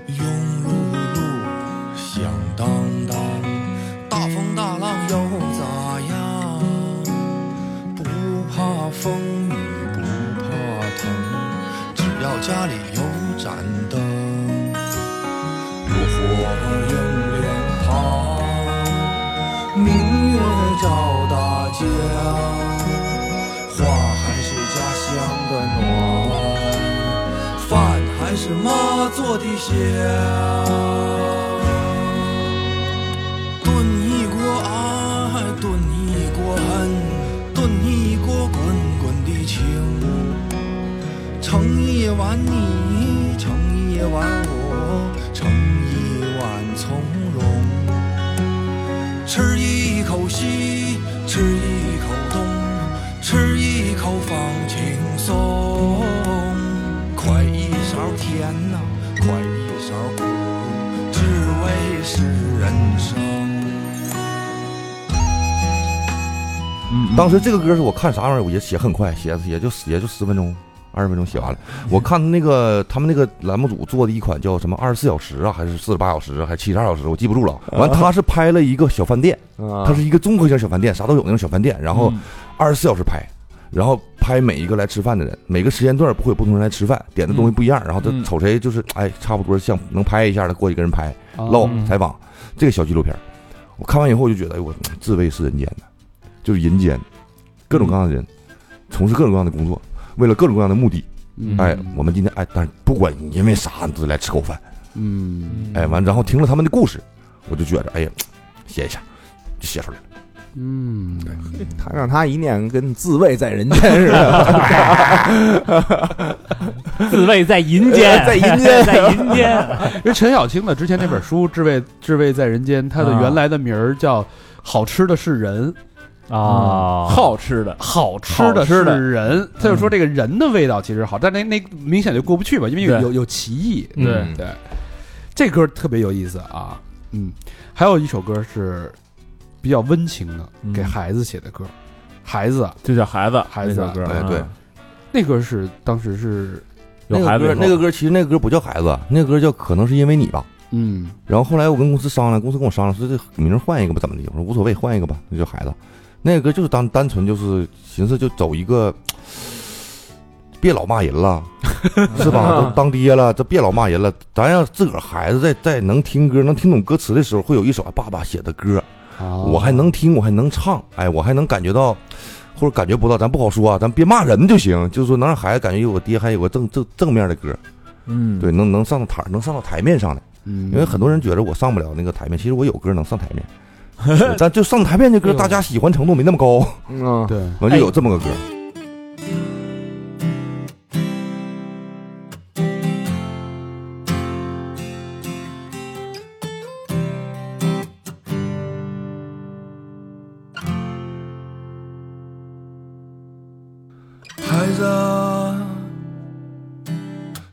庸碌碌，响当当，大风大浪又咋样？不怕风雨不怕疼。只要家里有盏灯，炉火映脸庞，明月照大江，花还是家乡的暖，饭还是妈做的香。炖一锅爱，炖一锅恨，炖一锅滚滚的情。盛一碗你，盛一碗我，盛一碗从容。吃一口西，吃一口东，吃一口放轻松。快一勺甜呐、快一勺苦，滋味是人生。嗯当时这个歌是我看啥玩意儿，我也写很快，写也就也就十分钟、二十分钟写完了。我看那个他们那个栏目组做的一款叫什么二十四小时啊，还是四十八小时啊，还是七十二小时，我记不住了。完，啊他是拍了一个小饭店，啊它是一个综合性小饭店，啥都有那种小饭店，然后二十四小时拍。然后拍每一个来吃饭的人，每个时间段不会有不同人来吃饭，点的东西不一样。然后他嗯瞅谁就是哎，差不多像能拍一下的，过去跟人拍，唠嗯采访这个小纪录片儿，我看完以后我就觉得，哎我自卫是人间的，就是人间，各种各样的人，从事各种各样的工作，为了各种各样的目的，嗯哎，我们今天哎，但是不管你因为啥，你都得来吃口饭，嗯哎，完然后听了他们的故事，我就觉得，哎呀，写一下，就写出来了。嗯，他让他一念跟自卫在人间似 的， 自卫在银间，在银间在银间，因为陈小青的之前那本书《至味至味在人间》，它的原来的名儿叫《好吃的是人》，啊，好吃的，好吃的是人，他就说这个人的味道其实好，但那那明显就过不去吧，因为有对有有歧义。嗯对对，这歌特别有意思啊，嗯，还有一首歌是比较温情的，嗯给孩子写的歌，孩子啊就叫孩子，孩子那首歌，哎嗯对，那歌是当时是那有孩个子歌以后那个歌其实那个歌不叫孩子，那个歌叫可能是因为你吧。嗯然后后来我跟公司商量，公司跟我商量说这名儿换一个吧，怎么的？我说无所谓，换一个吧，那叫孩子。那个歌就是单单纯就是寻思就走一个，别老骂人了，是吧？ 都当爹了，这别老骂人了，咱让自个儿孩子在在能听歌、能听懂歌词的时候，会有一首爸爸写的歌，啊，我还能听，我还能唱，哎，我还能感觉到。或者感觉不到，咱不好说啊，咱别骂人就行，就是说能让孩子感觉有个爹，还有个正正正面的歌，嗯，对，能能上到台儿，能上到台面上来。嗯，因为很多人觉得我上不了那个台面，其实我有歌能上台 面，对但就上台面这哎歌，大家喜欢程度没那么高，嗯，对完就有这么个歌。孩子，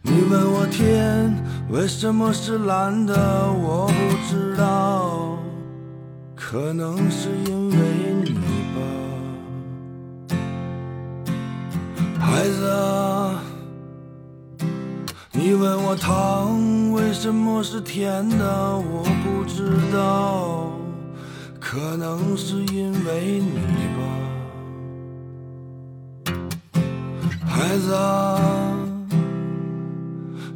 你问我天为什么是蓝的我不知道，可能是因为你吧，孩子啊。你问我糖为什么是甜的，我不知道，可能是因为你吧，孩子啊。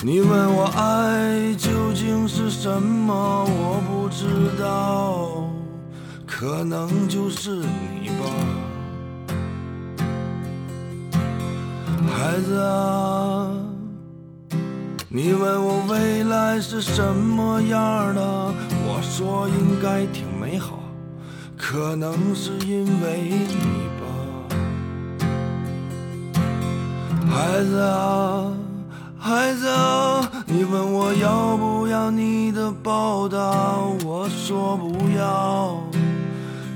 你问我爱究竟是什么，我不知道，可能就是你吧，孩子啊。你问我未来是什么样的，我说应该挺美好，可能是因为你吧，孩子啊，孩子啊，你问我要不要你的报答，我说不要，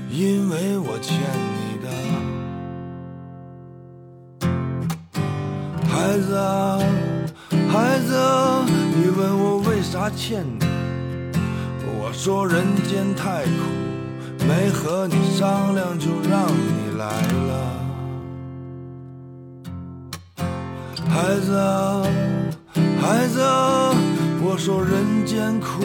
因为我欠你的，孩子啊。孩子，啊你问我为啥欠你？我说人间太苦，没和你商量就让你来了。孩子，孩子，我说人间苦，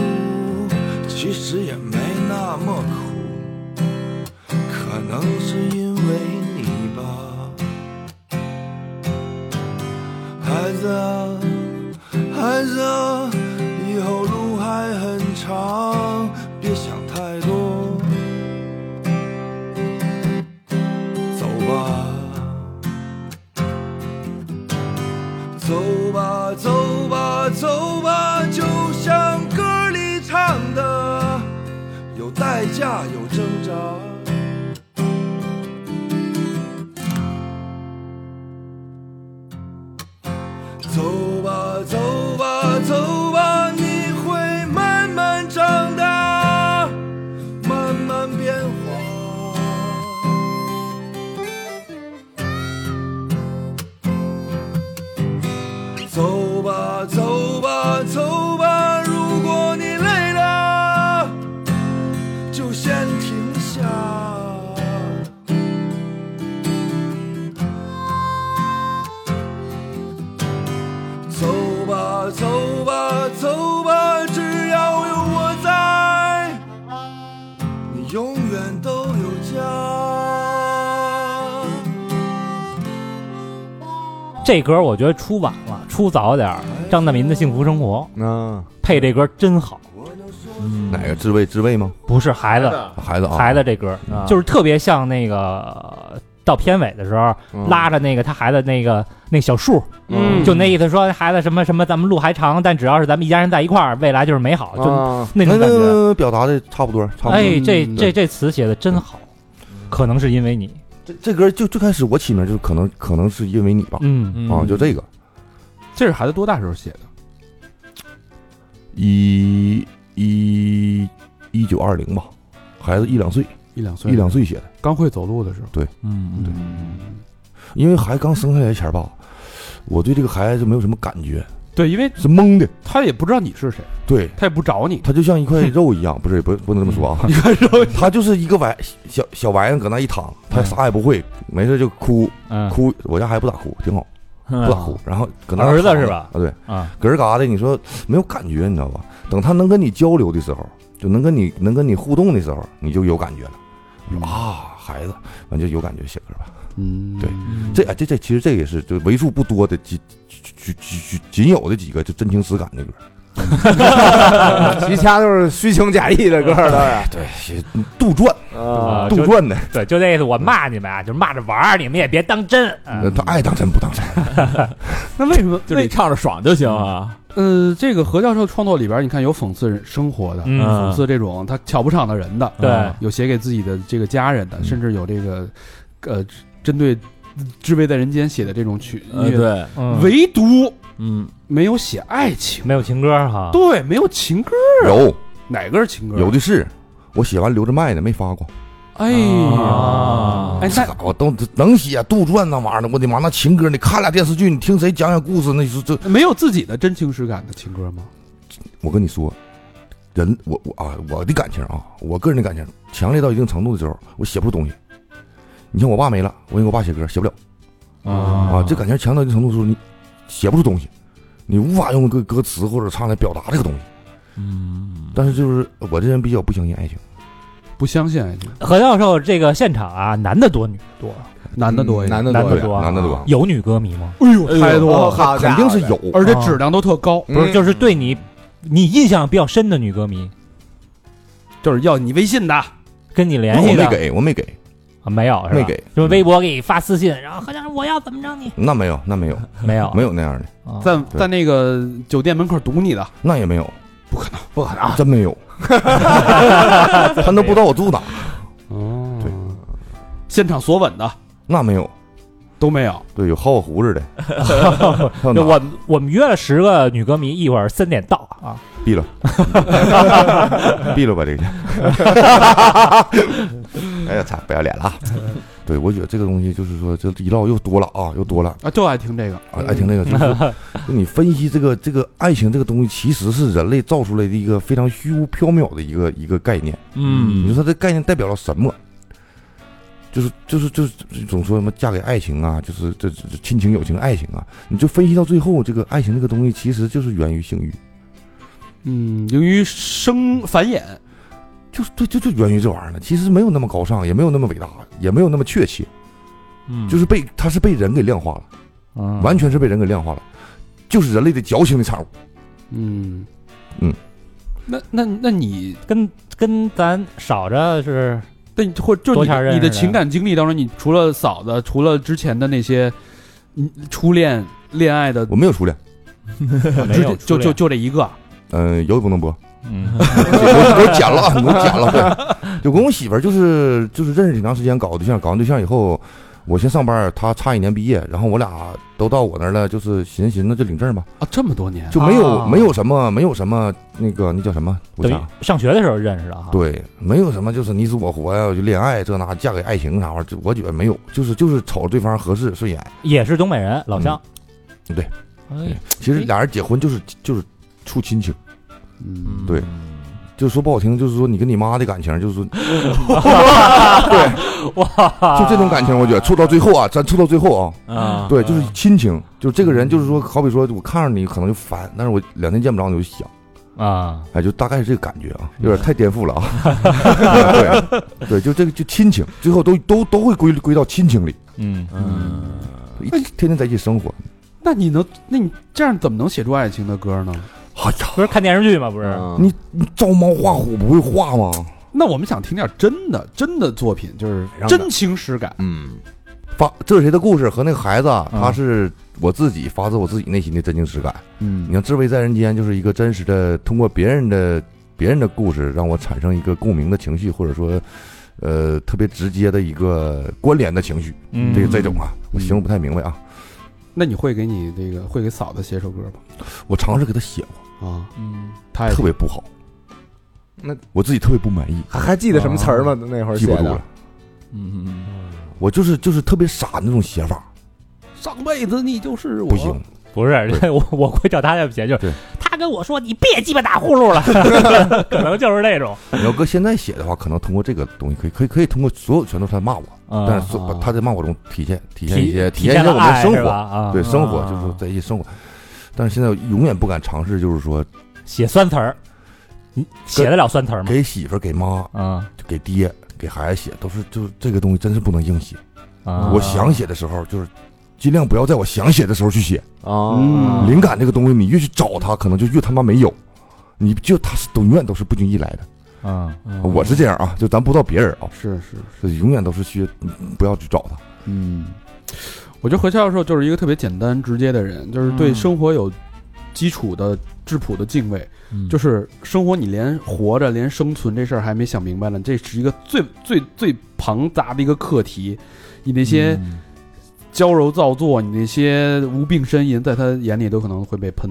其实也没那么苦，可能是因为你吧。孩子啊，孩子啊，以后路还很长，别想太多。走吧，走吧，走吧，走吧，就像歌里唱的，有代价，有挣扎。走吧，走吧，走吧，你会慢慢长大，慢慢变化。走吧，走吧，走吧，如果你累了，就先停下。走吧，走吧，走吧，只要有我在，你永远都有家。这歌我觉得出晚了，出早点儿。张大民的《幸福生活嗯，》配这歌真好，哪个自慰自慰吗？不是孩子，孩子啊，孩子这歌就是特别像那个到片尾的时候嗯拉着那个他孩子那个那小树，嗯就那意思说孩子什么什么，咱们路还长，但只要是咱们一家人在一块儿，未来就是美好，就啊那种感觉。呃表达的差不多，差不多。哎，这嗯这这词写的真好，可能是因为你，这这歌就最开始我起名就是可能可能是因为你吧，嗯，啊，就这个这是孩子多大时候写的？一一一九二零吧，孩子一两岁，一两岁，一两岁写的。刚会走路的时候。嗯对，因为孩子刚生下来前吧，我对这个孩子没有什么感觉，对，因为是懵的。他也不知道你是谁，对，他也不找你。他就像一块肉一 样，不是，不不能这么说啊。嗯 你看是吧， 他就是一个玩小小玩意儿，搁那一躺，嗯他啥也不会，没事就哭嗯哭。我家孩子不咋哭，挺好，嗯不咋哭。然后搁那儿子躺着是吧啊，对，啊，搁这儿嘎达，你说没有感觉，你知道吧？等他能跟你交流的时候，就能跟你能跟你互动的时候，你就有感觉了。嗯你说啊，孩子，完就有感觉写歌吧。嗯，对 这哎这这其实这也是就为数不多的几几几几仅有的几个就真情实感的歌。 其他都是虚情假意的歌儿，当然对，写杜撰啊啊杜就撰的，对，就那意思。我骂你们啊，就是骂着玩儿，你们也别当真。嗯他爱当真不当真。那为什 么？就是为你唱着爽就行啊。呃，这个何教授创作里边，你看有讽刺人生活的，嗯讽刺这种他瞧不上的人的，对嗯有写给自己的这个家人的，嗯甚至有这个呃针对《知味在人间》写的这种曲呃音乐，对，嗯唯独嗯，没有写爱情。没有情歌哈，对，没有情歌，有哪个是情歌？啊有的是，我写完留着卖呢，没发过。哎呀，啊哎，这那家伙都能写杜撰那玩意儿的，我的妈！那情歌，你看俩电视剧，你听谁讲讲故事，那是这没有自己的真情实感的情歌吗？我跟你说，人我我啊，我的感情啊，我个人的感情强烈到一定程度的时候，我写不出东西。你像我爸没了，我给我爸写歌写不了啊，这感情强到一定程度的时候，你写不出东西，你无法用歌歌词或者唱来表达这个东西。嗯，但是就是我这人比较不相信爱情，不相信啊爱情，何教授这个现场啊，男的多，女的多，男的多一点，男的男多的呀，多，啊男的多有女歌迷吗？嗯哎呦哦嗯太多哦了，好家肯伙定是啊有，而且质量都特高，嗯不是，就是对你，你印象比较深的女歌迷，就是要你微信的，跟你联我系没的给，我没给，啊没有是吧？没给，就是微博给你发私信，然后何教授我要怎么着你？那没有，那没有， 没有没有那样的，啊在对在那个酒店门口堵你的，那也没有，不可能，不可能，真没有，他都不知道我住哪，哦，对，现场索吻的那没有，都没有，对，有薅我胡子的，还有就哪我们我们约了十个女歌迷，一会儿三点到啊。闭了，闭了吧这个。哎呀，操，不要脸了啊！对，我觉得这个东西就是说，这一唠又多了啊，又多了。啊，就爱听这个，啊，爱情这个就是嗯说，就你分析这个这个爱情这个东西，其实是人类造出来的一个非常虚无缥缈的一个一个概念。你嗯，说它这概念代表了什么？就是就是就是总说什么嫁给爱情啊，就是这这这亲情、友情、爱情啊，你就分析到最后，这个爱情这个东西其实就是源于性欲，嗯，由于生繁衍，就是对，就就源于这玩意儿了。其实没有那么高尚，也没有那么伟大，也没有那么确切，就是被它是被人给量化了，完全是被人给量化了，就是人类的矫情的产物。嗯嗯，那那那你 跟跟咱少着是但或者就多是钱认你识你的的情感经历当中，你除了嫂子，除了之前的那些，嗯，初恋恋爱 的，我没有初恋，没有就就就就这一个，啊嗯、有也不能播。嗯，我我剪了，啊，我剪了。对，就跟我媳妇儿就是就是认识挺长时间，搞个对象，搞完对象以后，我先上班，她差一年毕业，然后我俩都到我那儿了，就是寻思寻思就领证吧，啊，这么多年，就没有、啊没有什么没有什么那个那叫什么？我等想于上学的时候认识的哈。对，没有什么就是你死我活呀，我就恋爱这那嫁给爱情啥玩意儿，就我觉得没有，就是就是瞅着对方合适顺眼。也是东北人，老乡。嗯对哎，其实俩人结婚就是就是处亲情，嗯，对就说不好听，就是说你跟你妈的感情，就是说 哇，就这种感情，我觉得处到最后啊，咱处到最后啊，啊，对，嗯就是亲情，就是这个人，就是说，好比说我看着你可能就烦，但是我两天见不着你我就想，啊，嗯哎，就大概是这个感觉啊，有点太颠覆 了啊。对，对，就这个就亲情，最后都都都会归归到亲情里，嗯嗯，一天天在一起生活。那你能，那你这样怎么能写出爱情的歌呢？哎呀，不是看电视剧吗？不是，嗯你你照猫画虎不会画吗？那我们想听点真的真的作品，就是让真情实感，嗯，发这是谁的故事和那个孩子啊，他是我自己发自我自己内心的真情实感。你嗯，看《自卫在人间》就是一个真实的，通过别人的别人的故事，让我产生一个共鸣的情绪，或者说，呃，特别直接的一个关联的情绪。嗯这个这种啊，我形容不太明白啊。那你会给你这个会给嫂子写首歌吗？我尝试给他写过，啊，嗯，她也特别不好。那我自己特别不满意，还还记得什么词儿吗？那会儿啊记写不住的了。。嗯我就是就是特别傻那种写法，上辈子你就是我，不行。不是，我我会找他的写，就对是他跟我说你别鸡巴打呼噜了， 可能就是那种。你要搁现在写的话，可能通过这个东西可以可以可以通过所有拳头他骂我，啊但是所他在骂我中体现体现体一些嗯体体现一现些了我们的爱生是吧活，啊，对生活啊就是说在一起生活。但是现在永远不敢尝试，就是说写酸词儿，你写得了酸词儿吗？给媳妇儿、给妈、啊给爹、给孩子写，都是就是这个东西真是不能硬写。啊！我想写的时候，就是尽量不要在我想写的时候去写。哦，嗯，灵感这个东西，你越去找它，可能就越他妈没有。你就它是都永远都是不经意来的，啊，我是这样啊，就咱不知道别人啊，是是就永远都是去不要去找它。嗯，我觉得何教授就是一个特别简单直接的人，就是对嗯生活有基础的质朴的敬畏。嗯，就是是生活，你连活着、连生存这事儿还没想明白呢，这是一个最最最庞杂的一个课题。你那一些娇柔造作，你那些无病呻吟，在他眼里都可能会被喷。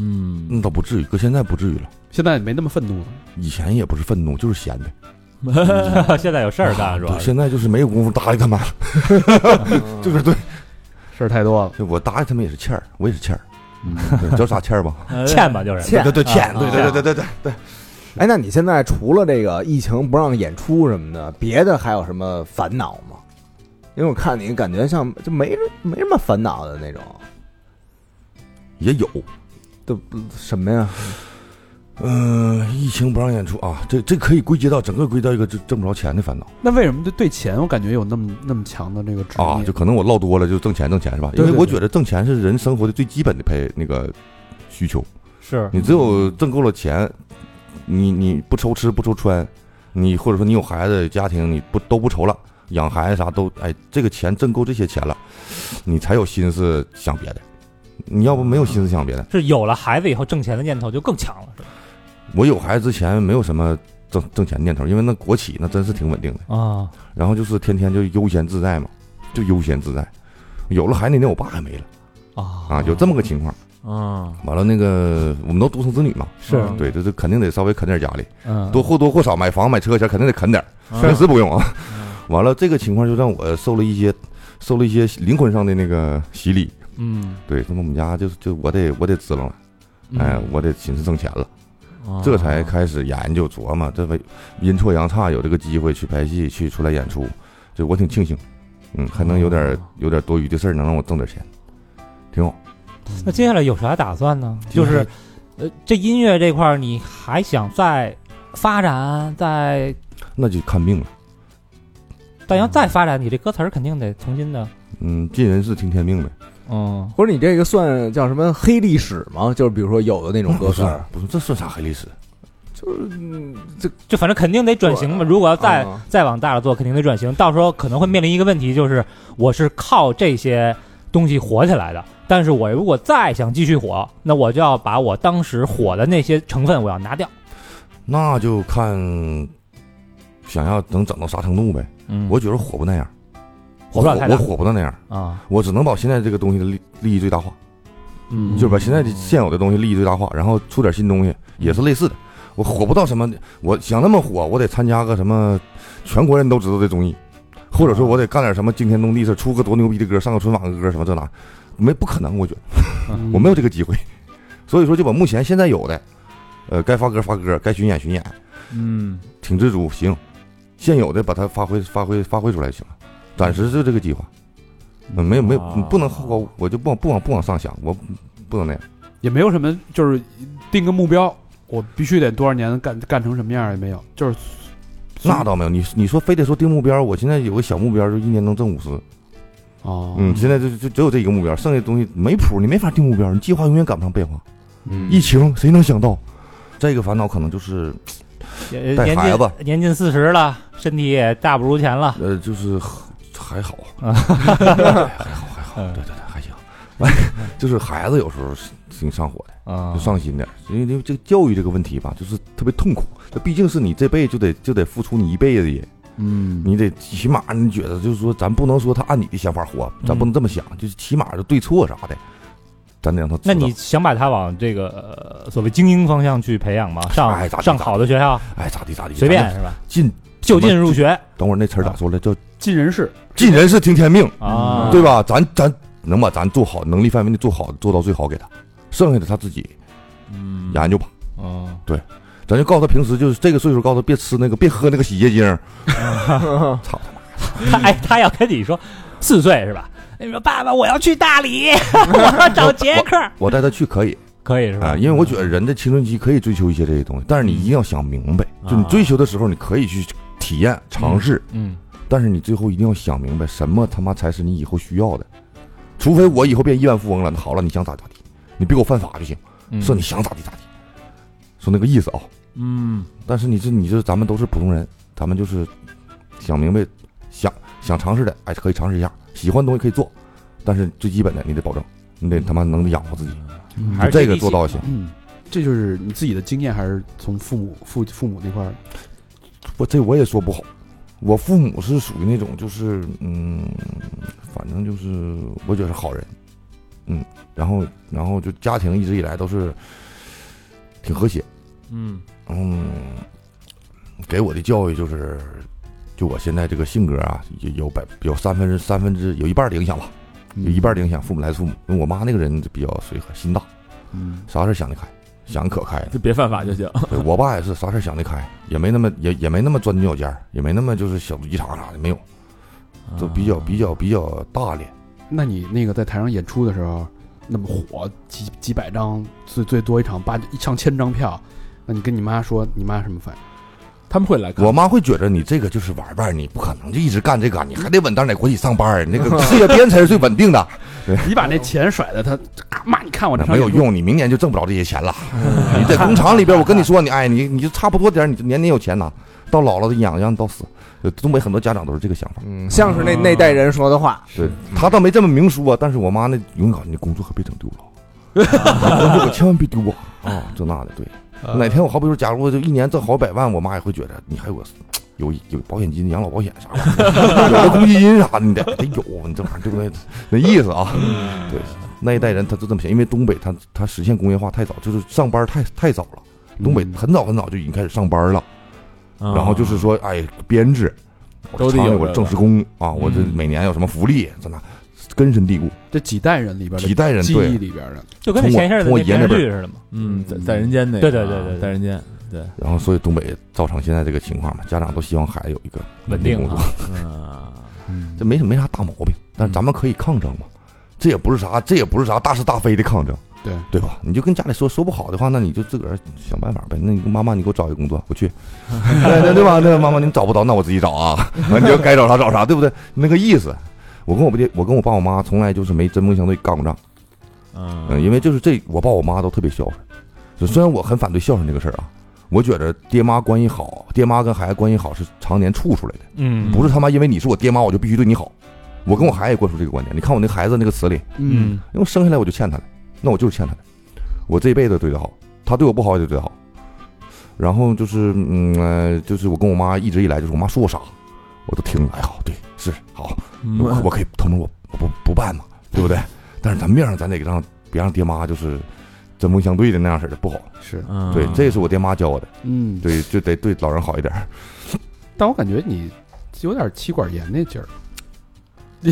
嗯那倒不至于，搁现在不至于了，现在也没那么愤怒了，以前也不是愤怒，就是闲的。 现在有事儿干是嗯吧啊对，？现在就是没有功夫搭理他们， 就是对，事儿太多了。就我搭理他们也是欠儿，我也是欠儿，对叫啥欠儿吧？哎欠嗯吧就是。欠啊对对，欠，嗯 对对对对对对对。哎，那你现在除了这个疫情不让演出什么的，别的还有什么烦恼吗？因为我看你感觉像就没没什么烦恼的那种，也有，都什么呀？嗯、疫情不让演出啊，这这可以归结到整个归到一个挣挣不着钱的烦恼那为什么对对钱我感觉有那么那么强的那个执啊，念就可能我唠多了就挣钱挣钱是吧？嗯因对为对我对觉得挣钱是人生活的最基本的陪那个需求，是你只有挣够了钱，你你不愁吃不愁穿，你或者说你有孩子有家庭你不都不愁了，养孩子啥都哎，这个钱挣够这些钱了，你才有心思想别的。你要不没有心思想别的，是有了孩子以后挣钱的念头就更强了，是吧？我有孩子之前没有什么挣挣钱念头，因为那国企那真是挺稳定的。啊，然后就是天天就悠闲自在嘛，就悠闲自在。有了孩子那天，我爸还没了啊啊，有这么个情况。啊，完了，那个我们都独生子女嘛，是嗯对，这这肯定得稍微啃点家里，嗯多或多或少买房买车钱肯定得啃点儿，嗯平时不用啊。完了，这个情况就让我受了一些，受了一些灵魂上的那个洗礼。嗯，对，那么我们家就就我得我得支棱了，嗯哎，我得寻思挣钱了，啊这才开始研究琢磨，这为阴错阳差有这个机会去拍戏，去出来演出，就我挺庆幸，嗯，还能有哦点有点多余的事儿能让我挣点钱，挺好。那接下来有啥打算呢？就是，呃，这音乐这块儿你还想再发展，再那就看命了，但要再发展，你这歌词儿肯定得重新的。嗯，尽人事听天命呗。嗯，或者你这个算叫什么黑历史吗？就是比如说有的那啊种歌不词是儿，不是，这算啥黑历史？就反正肯定得转型嘛。如果要再、嗯啊再往大了做，肯定得转型。到时候可能会面临一个问题，就是我是靠这些东西火起来的，但是我如果再想继续火，那我就要把我当时火的那些成分我要拿掉。那就看想要能整到啥程度呗。嗯我觉得火不那样，火不了太大我火不到那样，啊，我只能把现在这个东西的利利益最大化，嗯就是把现在的现有的东西利益最大化，然后出点新东西也是类似的。我火不到什么，我想那么火，我得参加个什么全国人都知道的综艺，或者说我得干点什么惊天动地事，出个多牛逼的歌，上个春晚的歌什么这那，没不可能，我觉得我没有这个机会， 所以说就把目前现在有的，呃，该发歌发歌，该巡演巡演，嗯挺自主行，现有的把它发挥发挥发挥出来就行了，暂时就这个计划，嗯，没有没有啊不能后高，我就不往不往不往上想，我不能那样。也没有什么，就是定个目标，我必须得多少年干干成什么样儿也没有，就是那倒没有，你你说非得说定目标，我现在有个小目标，就一年能挣五十。哦，嗯，现在就就只有这一个目标，剩下的东西没谱，你没法定目标，你计划永远赶不上变化。嗯疫情谁能想到？这个烦恼可能就是也带呃年孩子近年近四十了，身体也大不如前了。 呃，就是还好，啊还好还好，对对对，还行。 就是孩子有时候是挺上火的。啊就上心点儿，因为因为这个教育这个问题吧，就是特别痛苦。这毕竟是你这辈子就得就得付出你一辈子的人，嗯，你得起码你觉得就是说，咱不能说他按你的想法活，咱不能这么想，就是起码就对错啥的，咱得让他知道。那你想把他往这个、呃、所谓精英方向去培养吗？上、哎咋地上好的学校，哎咋地咋地，随便啊咱是吧？进。就近入学等会儿那词儿咋说来？叫尽人事，尽人事听天命，啊，对吧？咱咱能把咱做好能力范围内做好做到最好给他，剩下的他自己嗯研究吧。嗯咱就告诉他平时就是这个岁数，告诉他别吃那个别喝那个洗洁精儿。操他妈！他哎，他要跟你说四岁是吧？哎你说爸爸，我要去大 理，我要找杰克，我带他去可以，可以是吧？嗯啊，因为我觉得人的青春期可以追求一些这些东西，但是你一定要想明白，嗯就你追求的时候，你可以去体验、尝试，啊嗯但是你最后一定要想明白，什么他妈才是你以后需要的。除非我以后变亿万富翁了，那好了，你想咋咋地，你别给我犯法就行，嗯说你想咋地咋地，说那个意思啊。嗯但是你这你这咱们都是普通人，咱们就是想明白，想想尝试的，哎，可以尝试一下，喜欢的东西可以做，但是最基本的你得保证，你得他妈能养活自己，嗯还是这接个地气做到行。嗯，这就是你自己的经验，还是从父母父父母那块儿？我这我也说不好，我父母是属于那种就是嗯，反正就是我觉得是好人，嗯，然后然后就家庭一直以来都是挺和谐，嗯嗯，给我的教育就是，就我现在这个性格啊，有有百有三分之三分之有一半儿的影响吧，嗯就一半儿的影响父母来自父母。因为我妈那个人就比较随和，心大，嗯，啥事儿想得开，想得可开 了。就别犯法就行。对我爸也是啥事儿想得开，也没那么也也没那么钻牛角尖儿，也没那么就是小肚鸡肠啥的，没有，嗯就比啊较比较比较大咧。那你那个在台上演出的时候，那么火，几几百张，最最多一场八一上千张票，那你跟你妈说，你妈什么反应？他们会来看我妈会觉着你这个就是玩玩，你不可能就一直干这个，你还得稳当在国企上班儿，那 个事业编才是最稳定的。你把那钱甩在她，啊妈，你看我这那没有，用，你明年就挣不着这些钱 了。你在工厂里边，我跟你说，你哎，你你就差不多点儿，你就年年有钱拿，到老了养养到死。呃东北很多家长都是这个想法，嗯，像是那啊那代人说的话，对他倒没这么明说、啊，但是我妈那永远告诉你，你工作可别整丢了，你工作可千万别丢啊啊，这那的。对，哪天我好比说，假如我就一年挣好百万，我妈也会觉着你还有个有有保险金、养老保险啥的，有个公积金啥的，你得得有，啊你这玩意儿对不对？那意思啊，对，那一代人他就这么想，因为东北他他实现工业化太早，就是上班太太早了。东北很早很早就已经开始上班了，啊然后就是说，哎，编制，都我得厂里有我这正个式工啊，我这嗯每年有什么福利，在那根深蒂固，这几代人里边的几代人记对忆里边的，就跟那前一阵子从我爷那电那辈视儿剧似的嘛。嗯，在在人间那个对对对对对在人间然后所以东北造成现在这个情况嘛，家长都希望孩子有一个稳定工啊作，嗯这没什么没啥大毛病，但是咱们可以抗争嘛，这也不是啥，这也不是啥大是大非的抗争，对对吧？你就跟家里说说不好的话，那你就自个儿想办法呗。那你妈妈，你给我找一个工作，我去，对对对吧？那妈妈您找不着，那我自己找啊， 完你就该找啥找啥，对不对？那个意思。我跟我爹，我跟我爸我妈从来就是没针锋相对干过仗，嗯，因为就是这，我爸我妈都特别孝顺。就虽然我很反对孝顺这个事儿啊，我觉着爹妈关系好，爹妈跟孩子关系好是常年处出来的，嗯不是他妈因为你是我爹妈我就必须对你好。我跟我孩子也灌输这个观念，你看我那孩子那个词里，嗯，因为我生下来我就欠他的，那我就是欠他的，我这一辈子对他好，他对我不好也得对他好。然后就是，嗯，呃就是我跟我妈一直以来就是我妈说我傻，我都听了，哎好，对，是好，嗯我我可以偷摸我我不不办嘛，对不对？但是咱面上咱得让别让爹妈就是针锋相对的那样式的不好。是，嗯对，这是我爹妈教我的，嗯，对，就得对老人好一点儿。但我感觉你有点妻管严那劲儿，你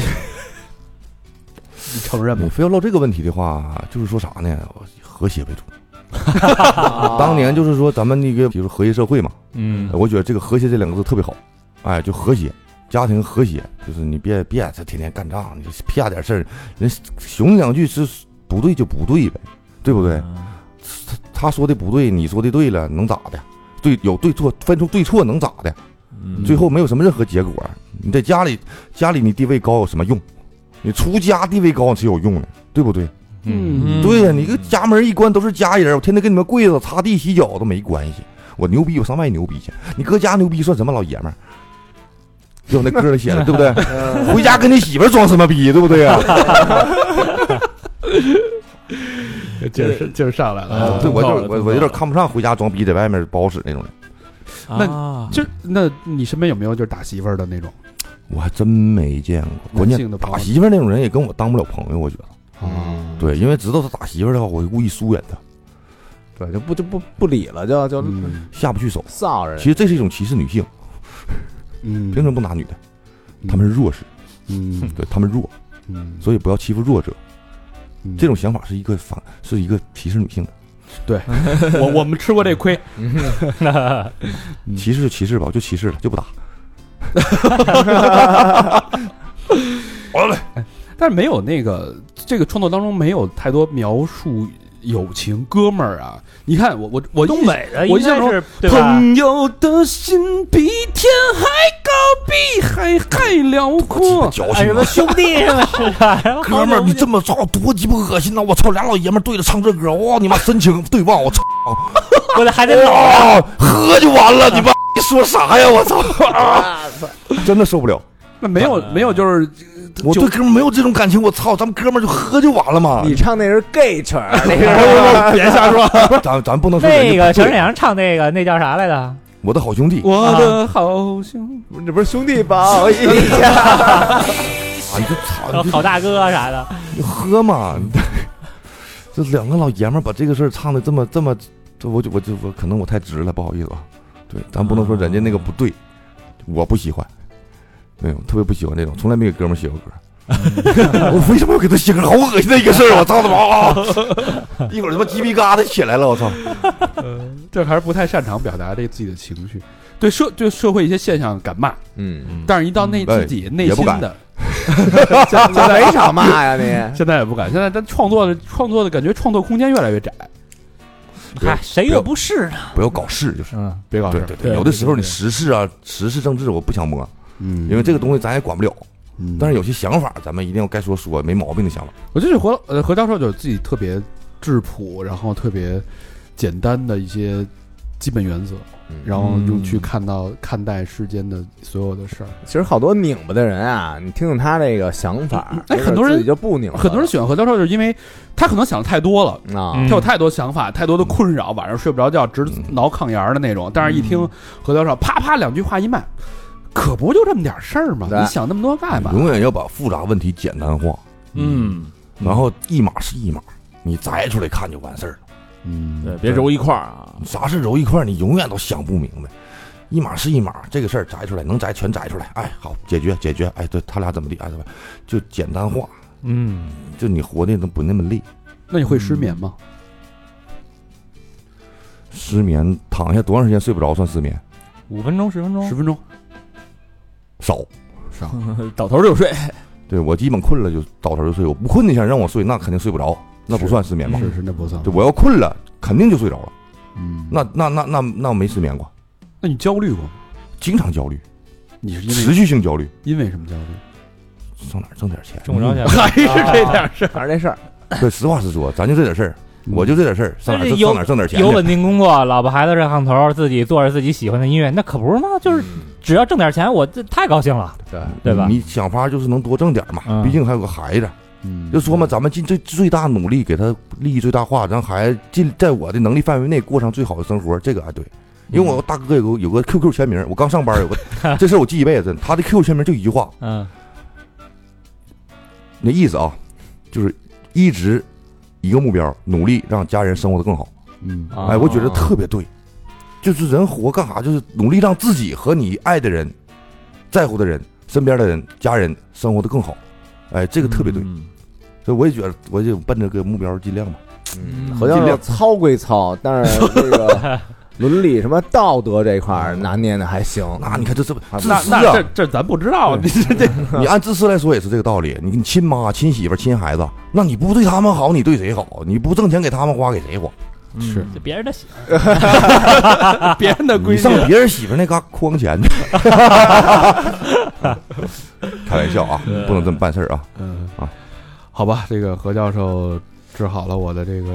你承认你吗？非要唠这个问题的话，就是说啥呢？和谐为 主。当年就是说咱们那个，比如说和谐社会嘛，哎嗯我觉得这个和谐这两个字特别好，哎，就和谐，家庭和谐，就是你别别这天天干仗，你就屁大点事儿，人熊两句是不对就不对呗，对不对？嗯他他说的不对，你说的对了，能咋的？对，有对错，分出对错能咋的？嗯最后没有什么任何结果。你在家里，家里你地位高有什么用？你出家地位高是有用的，对不对？嗯对呀、你个家门一关都是家人，我天天跟你们跪着擦地洗脚都没关系。我牛逼，我上外牛逼去。你搁家牛逼算什么老爷们儿？就那歌里写的，对不对？回家跟你媳妇儿装什么逼，对不对啊？劲儿劲儿上来了。对，我就懂了我懂我有了点看不上回家装逼，在外面不好使那种人。那那就那你身边有没有就是打媳妇儿的那种？我还真没见过，关男性键的朋友打媳妇儿那种人也跟我当不了朋友，我觉得。啊，对，因为知道他打媳妇儿的话，我会故意疏远他，对，就不就不不理了，就就嗯下不去手。臊其实人。这是一种歧视女性，嗯，凭什么不拿女的？嗯她们是弱势，嗯对她们弱，嗯，所以不要欺负弱者。以这种想法是一个反，是一个歧视女性的。我我们吃过这亏， 嗯歧视就歧视吧，我就歧视了，就不打。但是没有那个这个创作当中没有太多描述友情哥们儿啊。你看我我我东北 的我应印象该中是对吧？ 朋友的心比天还高，比海还辽阔。矫情哎，什啊么，兄弟什么 是啊吧？哥们儿，你这么造多鸡巴恶心呐！我操，俩老爷们儿对着唱这歌，哇，你妈深情对望，我操，我得还得老啊，喝就完了，你妈你说啥呀？我操，哎啊 真的受不了。那没有没有就是我就对哥们儿没有这种感情，我操，咱们哥们儿就喝就完了嘛。你唱那是 gay 曲儿，那是别瞎说，咱咱不能说人那家个不小对啊沈阳唱那个那叫啥来着？我的好兄弟，我的好兄你不是兄弟抱一下？啊，你就操，你就好大哥啊啥的。你喝嘛， 你这两个老爷们儿把这个事儿唱的这么这么，这我就我就我可能我太直了，不好意思啊。对，咱不能说人家那个不对，我不喜欢，对，我特别不喜欢这种，从来没给哥们儿写过歌，嗯 我为什么要给他写歌？好恶心的一个事儿！我操他妈！啊 一会儿他妈鸡皮疙瘩起来了！我操！这还是不太擅长表达这自己的情绪，对社对社会一些现象敢骂，嗯，但是一到内嗯自己内也不心敢的，现现在没少骂呀你。现在也不敢。现在但创作的创作的感觉，创作空间越来越窄。嗨，谁又不是呢？不要搞事，就是嗯，别搞对事，对对有的时候对对你时事啊、时事政治，我不想摸，嗯因为这个东西咱也管不了。嗯但是有些想法，咱们一定要该说说，没毛病的想法。我觉得何呃何教授有自己特别质朴，然后特别简单的一些基本原则，嗯然后用去看到看待世间的所有的事儿。 其实好多拧巴的人啊，你听听他这个想法，哎很多人自己就不拧巴了，很多人喜欢何教授，就是因为他可能想的太多了。啊，嗯他有太多想法，太多的困扰，晚上睡不着觉，直嗯挠炕沿儿的那种。但是，一听何教授啪啪两句话一卖，可不就这么点事儿吗？对你想那么多干嘛？永远要把复杂问题简单化，嗯，然后一码是一码，你摘出来看就完事儿了。嗯，对，别揉一块儿啊。啥事揉一块儿，你永远都想不明白。一码是一码，这个事儿摘出来能摘全摘出来。哎，好，解决解决。哎，对他俩怎么地？哎，怎么就简单化，嗯，就你活的都不那么累。那你会失眠吗？失眠，躺下多长时间睡不着算失眠？五分钟十分钟十，分钟，少。倒头就睡，对我基本困了就倒头就睡，我不困那前让我睡，那肯定睡不着，那不算失眠吧？是是，那不算。对，我要困了肯定就睡着了，嗯，那那那那那我没失眠过，那你焦虑过吗？经常焦虑，你是因持为续性焦虑，因为什么焦虑？上哪儿挣点钱？中午着去了。还是啊这点事儿？还是这事儿，对，实话实说，咱就这点事儿，我就这点事儿，上哪儿挣有上哪儿挣点钱有去？稳定工作，老婆孩子热炕头，自己做着自己喜欢的音乐，那可不是吗？就是嗯只要挣点钱，我这太高兴了，对，对吧？你想法就是能多挣点嘛，嗯毕竟还有个孩子。嗯就说嘛，咱们尽最最大努力，给他利益最大化，让孩子尽在我的能力范围内过上最好的生活。这个啊，对，因嗯为我大哥有个有个 QQ 签名，我刚上班有个这事儿我记一辈子。他的 QQ 签名就一句话，嗯那意思啊，就是一直一个目标，努力让家人生活的更好。嗯啊哎，我觉得特别对，就是人活干啥，就是努力让自己和你爱的人、在乎的人、身边的人、家人生活的更好。哎，这个特别对，嗯所以我也觉得，我就奔着个目标尽量吧。嗯，好像操归操，但是这个伦理什么道德这块儿拿捏的还行。那啊你看这这不那自那私那这啊！这咱不知道，你这这你按自私来说也是这个道理。你你亲妈、亲媳妇、亲孩子，那你不对他们好，你对谁好？你不挣钱给他们花，给谁花？是这嗯别人的喜欢，嗯别人的规你矩上。别人媳妇那嘎诓钱 去。开玩笑啊，不能这么办事儿啊！嗯啊，好吧，这个何教授治好了我的这个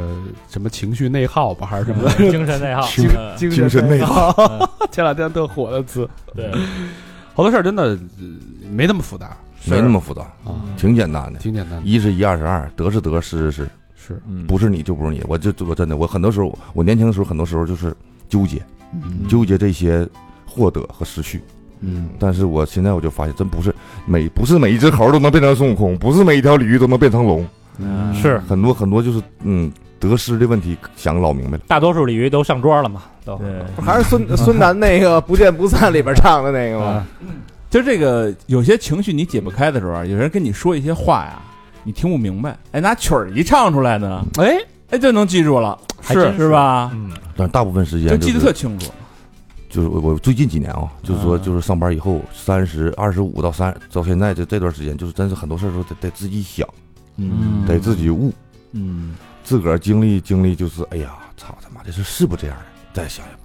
什么情绪内耗吧，还是什 么精神内 耗，精嗯精精神内嗯耗？ 前两天特火的词，对， 好多事儿真的呃没那么复杂没那么复杂，啊，挺简单的。挺简单的。一是一，二是二，得是得，失是失，是，嗯不是你就不是你。我就我真的，我很多时候，我年轻的时候，很多时候就是纠结，嗯纠结这些获得和失去。嗯但是我现在我就发现，真不是每不是每一只猴都能变成孙悟空，不是每一条驴都能变成龙，嗯是很多很多就是嗯得失的问题想老明白了。大多数鲤鱼都上桌了嘛，都对，不还是孙孙楠那个不见不散里边唱的那个吗？就这个有些情绪你解不开的时候啊，有人跟你说一些话呀，你听不明白，哎，拿曲儿一唱出来呢，哎，哎，就能记住了，还真是吧？嗯，但大部分时就间记就得特是清楚。就是我我最近几年啊，就是说嗯就是上班以后三十二十五到三到现在这这段时间，就是真是很多事儿都得得自己想，嗯得自己悟，嗯，自个儿经历经历，就是哎呀，操他妈，这事是不这样的？再想想吧，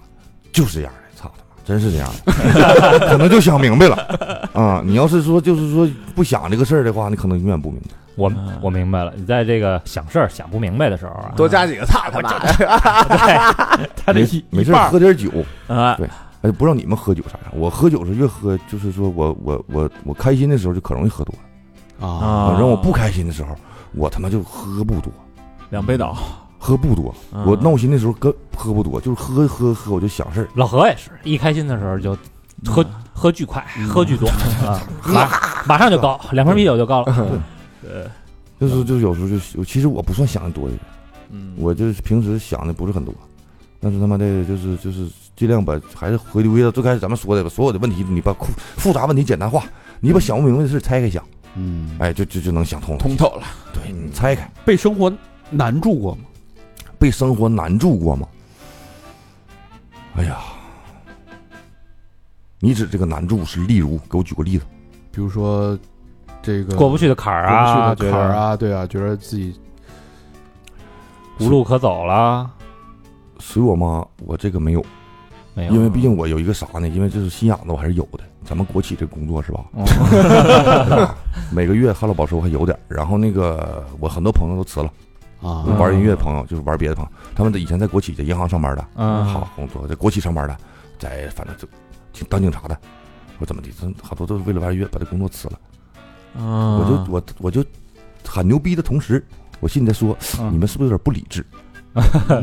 就是这样的，操他妈，真是这样的， 可能就想明白了啊、你要是说就是说不想这个事儿的话，你可能永远不明白。我嗯我明白了，你在这个想事儿想不明白的时候啊，多加几个操他妈的！ 他这一没一事半儿儿喝点酒，啊，哎，不知道你们喝酒啥样？我喝酒是越喝，就是说我我我我开心的时候就可容易喝多了，啊，啊反正我不开心的时候，我他妈就喝不多，两杯倒，喝不多。啊我闹心的时候跟喝不多，就是喝喝喝，我就想事儿，老何也是一开心的时候就喝嗯喝巨快，喝 巨多啊，马马上就高，两瓶啤酒就高了。就是就是有时候就其实我不算想的多的人，嗯我就是平时想的不是很多，但是他妈的就是就是尽量把还是回归到最开始咱们说的吧，所有的问题你把复复杂问题简单化，你把想不明白的事拆开想，嗯，哎，就就就能想通了。通透了。对你拆开，被生活难住过吗？被生活难住过吗？哎呀，你指这个难住是例如，给我举个例子。比如说这个过不去的坎儿过啊，不去的坎儿啊，对啊，觉得自己觉得无路可走了，随我妈，我这个没有，没有，啊因为毕竟我有一个啥呢？因为这是信仰的，我还是有的。咱们国企这工作是 吧？每个月旱涝保收还有点儿，然后那个我很多朋友都辞了，啊，玩音乐的朋友就是玩别的朋友，他们以前在国企在银行上班的，嗯好工作，在国企上班的，在反正就警当警察的，我怎么的，真好多都是为了玩音乐把这工作辞了。嗯，啊我就我我就喊牛逼的同时，我心里在说，嗯你们是不是有点不 理智，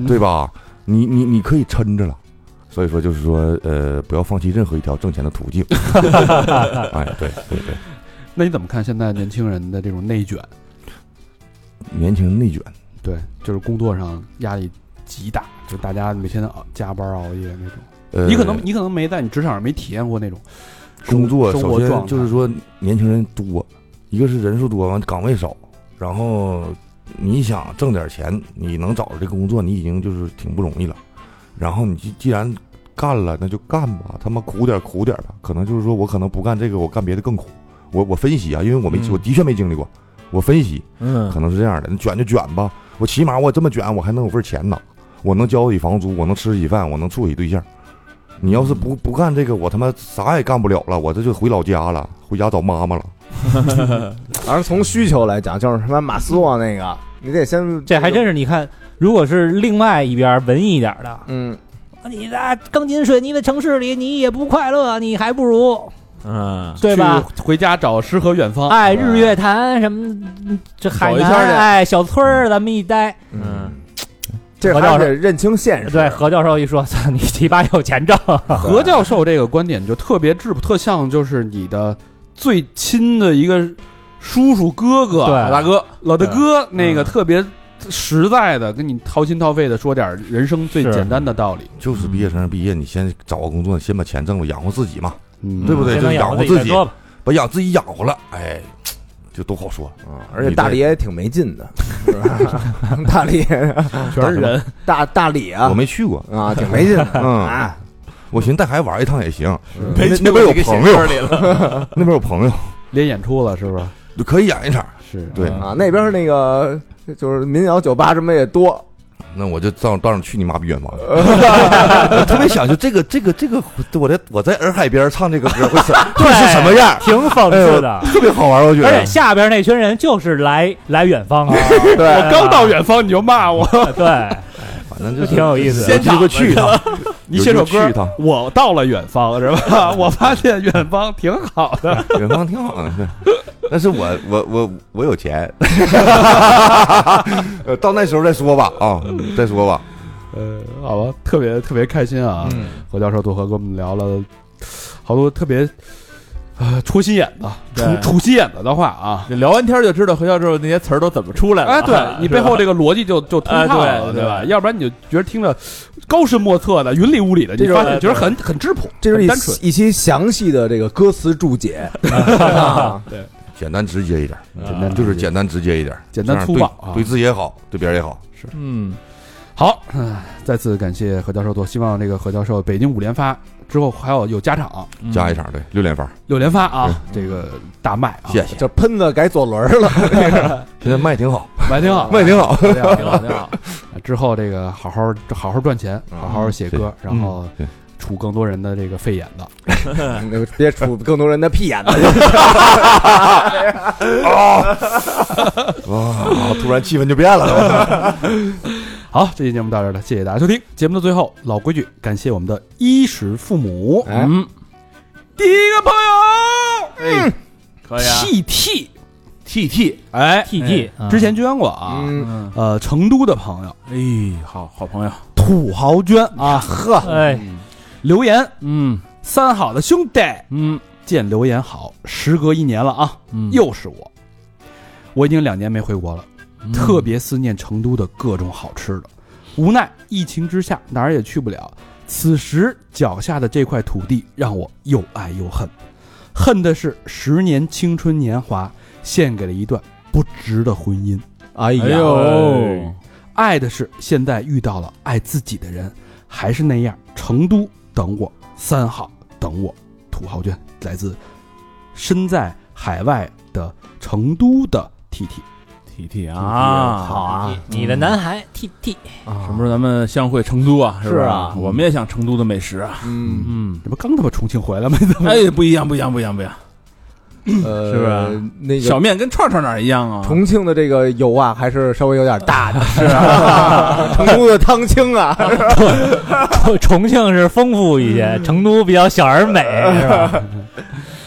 对吧？你你你可以抻着了。所以说，就是说，呃，不要放弃任何一条挣钱的途 径。哎，对对对，那你怎么看现在年轻人的这种内卷？年轻人内卷，对，就是工作上压力极大，就大家每天熬加班熬夜那种。呃，你可能你可能没在你职场上没体验过那种生工作，生首活先状就是说年轻人多，一个是人数多，完岗位少，然后你想挣点钱，你能找着这工作，你已经就是挺不容易了。然后你既既然干了，那就干吧，他妈苦点儿苦点儿吧。可能就是说我可能不干这个，我干别的更苦。我我分析啊，因为我没、嗯我的确没经历过，我分析嗯可能是这样的，你卷就卷吧，我起码我这么卷，我还能有份钱拿，我能交得起房租，我能吃得起饭，我能处得起对象。你要是不不干这个，我他妈啥也干不了了，我这就回老家了，回家找妈妈了。而从需求来讲，就是什么马斯洛那个，你得先这还真是你看，如果是另外一边文艺一点的，嗯，你在钢筋水泥的城市里，你也不快乐，你还不如啊嗯，对吧？？回家找诗和远方，哎，日月潭什么，这海走一圈南去哎，小村儿，咱们一待。嗯，这何还教授得认清现实。对，何教授一说， 操你提拔有钱挣，嗯何教授这个观点就特别质朴，特像就是你的最亲的一个叔叔哥哥，对老大哥，老大哥，那个嗯特别实在的，跟你掏心掏肺的说点儿人生最是简单的道理，就是毕业生毕业，你先找个工作，先把钱挣了，养活自己嘛，嗯对不对？先就能是养活活己自再己，说吧。把养自己养活了，哎，就都好说啊。嗯而且大理李，也挺没劲的，是吧 大理全是人，大大理啊我，没去过，啊，挺没劲的嗯啊。我寻思带孩子玩一趟也行，没那那边有朋友，那边有朋友，连演出了是不是？就可以演一场。是对，啊，那边那个就是民谣酒吧什么也多，那我就到到那儿去你妈逼远 方去！我特别想就这个这个这个，我在我在洱海边唱这个歌会是会是什么样？挺讽哎呦刺的。特别好玩，我觉啊而且得。下边那群人就是来来远方 啊，对，我刚到远方你就骂我，对，哎反正就是挺有意思的有机会去一趟，你写首歌有机会去一趟，我到了远方是吧？ 我发现远方挺好的，远方挺好的。但是我我我我有钱， 呃到那时候再说吧啊，再说吧。呃，好吧，特别特别开心啊！何教授、杜和跟我们聊了好多特别啊戳心眼的、对戳戳心眼子的话啊。聊完天就知道何教授那些词儿都怎么出来了。哎，对你背后这个逻辑就就通畅了，哎对对吧？对要不然你就觉得听着高深莫测的、云里雾里的，你这种发现觉得很很质朴，这是很单纯。一一期详细的这个歌词注解，啊简单直接一点，简单就是简单直接一点，简单这样粗对暴啊对自己也好，对别人也好。嗯，好，唉再次感谢何教授做，希望这个何教授北京五连发之后还有有加场加一场，对六连发。六连发啊，这个大卖啊，谢谢，这喷子改左轮了，现在卖挺好，卖挺好，卖挺好。卖挺挺好好，挺好。之后这个好好好好赚钱，好好写歌，然后对除更多人的这个肺眼子。那个别杵更多人的屁眼子。嗯哇，突然气氛就变了。好，这期节目到这儿了，谢谢大家收听。节目的最后，老规矩，感谢我们的衣食父母。哎嗯，第一个朋友，哎可以啊。 ，T T T T，哎 T T 之前捐过啊，嗯，嗯，呃，成都的朋友哎，好好朋友，土豪捐啊，呵，哎，留言嗯三好的兄弟，嗯见留言好，时隔一年了啊，嗯又是我，我已经两年没回国了，嗯特别思念成都的各种好吃的，无奈疫情之下哪儿也去不了，此时脚下的这块土地让我又爱又恨，恨的是十年青春年华献给了一段不值的婚姻。哎哎呀，呦，爱的是现在遇到了爱自己的人，还是那样。成都等我，三号等我，土豪娟来自身在海外的成都的 T T。体体啊，好啊，你的男孩 T T，啊什么时候咱们相会成都啊？是吧啊我们也想成都的美食 啊。 嗯，嗯，这不刚他妈重庆回来吗？哎，不一样，不一样，不一样，不一样。呃是不是？那个小面跟串串哪儿一样啊？重庆的这个油啊，还是稍微有点大的，是啊， 成都的汤清啊，重 重庆是丰富一些，嗯成都比较小 而美，是吧？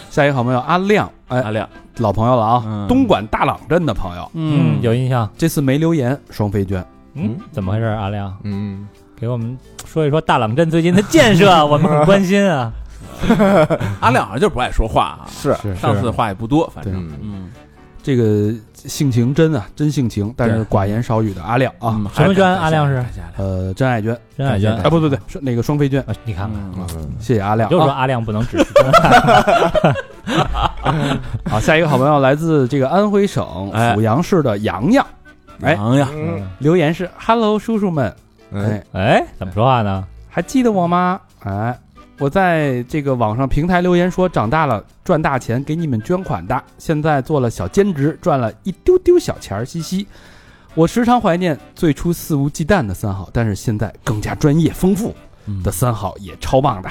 下一个好朋友阿亮，哎，阿亮，老朋友了啊，嗯东莞大朗镇的朋友，嗯，有印象。这次没留言，双飞娟。嗯，怎么回事？阿亮， 嗯，给我们说一说大朗镇最近的 建设，我们很关心啊。阿亮好像就是不爱说话啊。是，是上次话也不多，反正嗯嗯，这个性情真啊，真性情，但是对寡言少语的阿亮啊，嗯什么娟阿亮是感谢感谢呃，真爱娟，真爱娟哎，不对不对，是那个双飞娟，啊你阿看看，亮嗯谢谢阿亮。就啊说阿亮不能只是真爱，好，下一个好朋友来自这个安徽省哎阜阳市的洋洋，哎哎呀，嗯，留言是：“Hello，叔叔们，哎哎， 哎，怎么说话呢？还记得我吗？哎，我在这个网上平台留言说，长大了赚大钱，给你们捐款的。现在做了小兼职，赚了一丢丢小钱儿，嘻嘻。我时常怀念最初肆无忌惮的三好，但是现在更加专业丰富的三好也超棒的。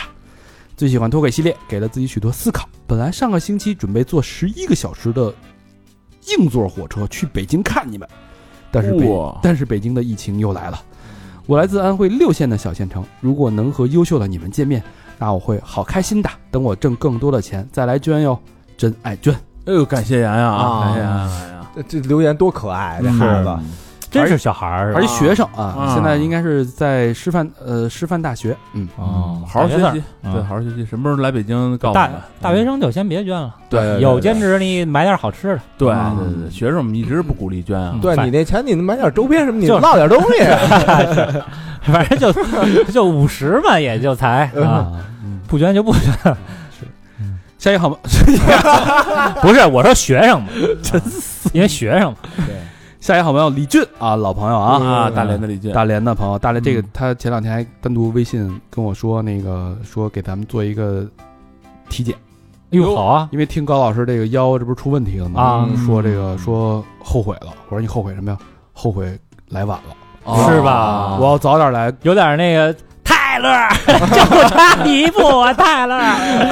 最喜欢脱轨系列，给了自己许多思考。本来上个星期准备坐十一个小时的硬座火车去北京看你们，但是北哇但是北京的疫情又来了。我来自安徽六县的小县城，如果能和优秀的你们见面，那我会好开心的。等我挣更多的钱再来捐哟，真爱捐。哎呦，感谢洋洋啊哎啊，感谢洋嗯洋洋，这这留言多可爱，这孩子，真是小孩儿是吧而且学生啊，啊现在应该是在师范呃师范大学，嗯，哦好好学大学习生，对，嗯好好学习，什么时候来北京告诉我大们？大学生就先别捐了，对对对有兼职你买点好吃的。对嗯对对对，学生我们一直不鼓励捐啊嗯，对反你那钱，你买点周边什么，你就是落点东西， 反正就 就五十嘛，也就才啊，嗯不捐就不捐。下一个好吗？ 不是，我说学生 嘛，因为学生嘛，下一个好朋友李俊啊，老朋友啊，啊，大连的李俊，大连的朋友，大连这个嗯他前两天还单独微信跟我说，那个说给咱们做一个体检，哎呦好啊，因为听高老师这个腰这不是出问题了吗？啊说这个说后悔了，我说你后悔什么呀？后悔来晚了，是啊吧？我要早点 来，有点那个泰勒， 就差一步啊，泰勒，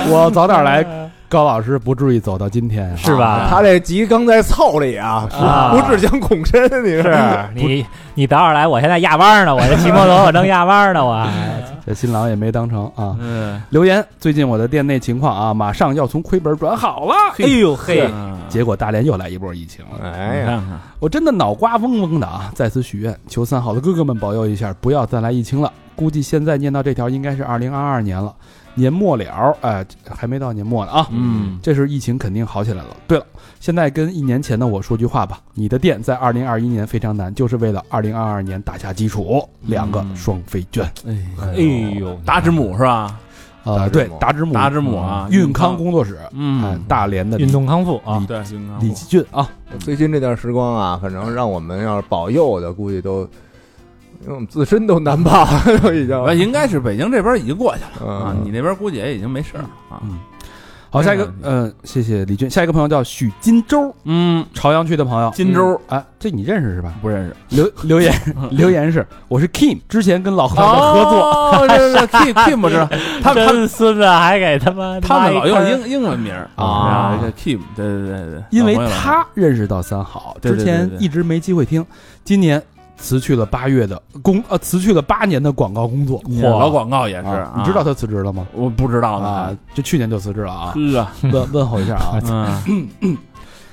我要早点来，高老师不至于走到今天啊 呀。是吧？他这集刚在凑里啊，啊不志将恐深，你 是是你你等会儿来，我现在压弯儿呢，我这骑摩托我正压弯儿呢，我这新郎也没当成啊。嗯，留言：最近我的店内情况啊，马上要从亏本转好了。哎呦嘿，啊结果大连又来一波疫情了，哎你呀，看看，我真的脑瓜嗡嗡的啊！在此许愿，求三好的哥哥们保佑一下，不要再来疫情了。估计现在念到这条应该是二零二二年了，年末了，哎、还没到年末呢啊。嗯，这时候疫情肯定好起来了。对了，现在跟一年前的我说句话吧，你的店在二零二一年非常难，就是为了二零二二年打下基础。两个嗯双飞卷，哎哎呦，达之母是吧？啊，达之对母，达之母，嗯达之母啊运康工作室，哎嗯，大连的李运动康复啊，对，运康李部继俊啊，最近这段时光啊，反正让我们要是保佑的，估计都，因为我们自身都难保，都已经，嗯呃应该是北京这边已经过去了啊，嗯你那边估计也已经没事儿了啊。嗯，好，下一个，嗯、谢谢李俊，下一个朋友叫许金洲，嗯，朝阳区的朋友，金州啊，这你认识是吧？不认识，留留 言留言是，我是 Kim，之前跟老何的合作，作，哦这这 Kim Kim 不知道，他们他们真孙子还给他妈他们老用拉一英英文名儿啊这 Kim，对对对对，哦因为老朋友了他认识到三好，对之对对前对一直没机会听，今年辞去了八月的工，呃，辞去了八年的广告工作。嚯老广告也是啊，你知道他辞职了吗？我不知道啊呢，，就去年就辞职了 啊。呵，问问候一下 啊，嗯，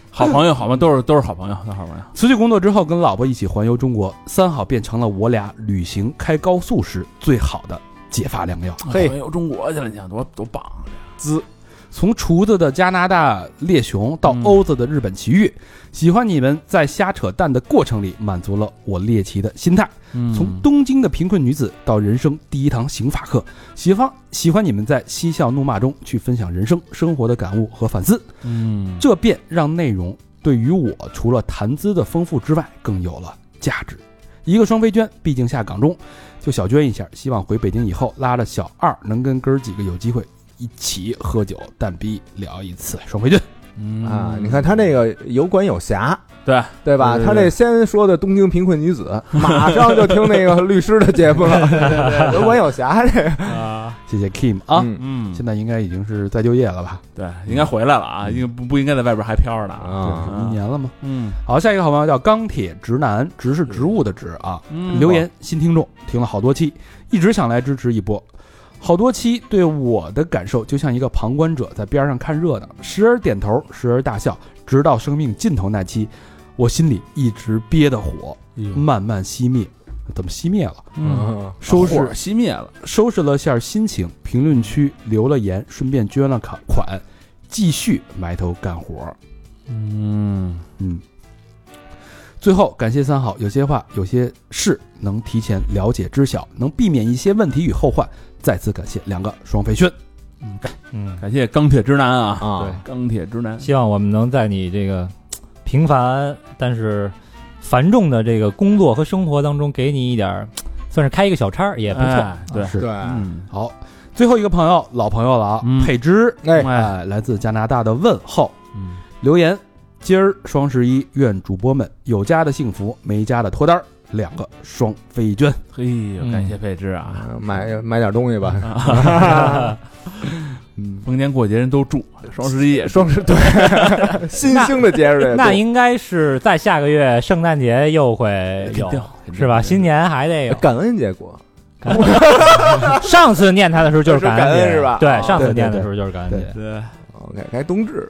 好朋友，好朋友，都是都是好朋友，都是好朋友。辞去工作之后，跟老婆一起环游中国，三好变成了我俩旅行开高速时最好的解乏良药。嘿朋哎友中国去了，你想多多棒啊！从厨子的加拿大猎熊到嗯欧子的日本奇遇，喜欢你们在瞎扯淡的过程里满足了我猎奇的心态。嗯从东京的贫困女子到人生第一堂刑法课，喜欢喜欢你们在嬉笑怒骂中去分享人生生活的感悟和反思，嗯，这便让内容对于我除了谈资的丰富之外，更有了价值。一个双飞娟，毕竟下岗中，就小捐一下，希望回北京以后拉着小二能跟哥儿几个有机会一起喝酒蛋逼聊一次双飞娟。嗯啊，你看他这个有管有辖，对对吧？对对对他这先说的东京贫困女子，马上就听那个律师的节目了，有管有辖这个啊，谢谢 Kim 啊，嗯嗯，现在应该已经是再就业了吧？对，应该回来了嗯啊，应该不不应该在外边还飘着呢啊？啊，一年了吗？嗯好，下一个好朋友叫钢铁直男，直是植物的直啊。嗯留言新听众听了好多期，一直想来支持一波。好多期对我的感受就像一个旁观者在边上看热闹，时而点头，时而大笑，直到生命尽头那期，我心里一直憋的火哎慢慢熄灭，怎么熄灭了？嗯，收拾火熄灭了，收拾了下心情，评论区留了言，顺便捐了款款，继续埋头干活。嗯嗯，最后感谢三好，有些话有些事能提前了解知晓，能避免一些问题与后患。再次感谢两个双飞轩，嗯，感谢钢铁直男啊啊对，钢铁直男，希望我们能在你这个平凡但是繁重的这个工作和生活当中，给你一点儿算是开一个小差儿也不错。啊哎对，是对，嗯好。最后一个朋友，老朋友了啊，嗯佩芝，哎哎，来自加拿大的问候嗯，留言：今儿双十一，愿主播们有家的幸福，没家的脱单儿。两个双飞娟，嘿呦，嗯感谢佩芝啊，买买点东西吧，啊嗯，逢年过节人都住，双十一也是， 双 十对新兴的节日，那应该是在下个月圣诞节又会有，是哎吧？新年还得有对。感恩节过，上次念他的时候就是就是感恩恩节是吧对啊，上次对对念的对时候就是感恩对节。对， OK，该哦 冬至。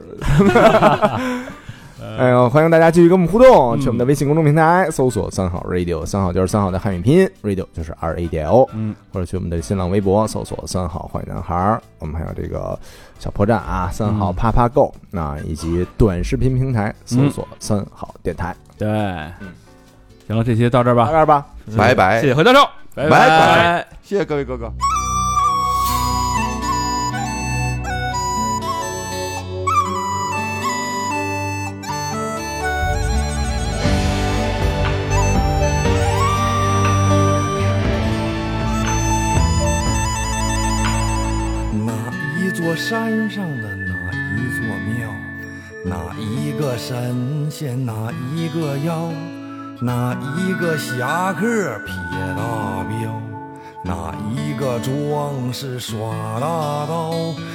哎呦，欢迎大家继续跟我们互动，去我们嗯的微信公众平台搜索“三好 radio”，三好就是三好的汉语拼音，radio 就是 R A D I O，嗯，或者去我们的新浪微博搜索“三好坏男孩儿”，我们还有这个小破站啊，三嗯好啪啪 Go，那以及短视频平台搜索嗯“三好电台对，嗯行了，这期到这儿”，到这吧，儿吧。拜嗯拜谢，谢何教授。拜拜拜拜。谢谢各位哥哥。哪一座山上的哪一座庙，哪一个神仙哪一个妖，哪一个侠客撇大镖，哪一个壮士耍大刀。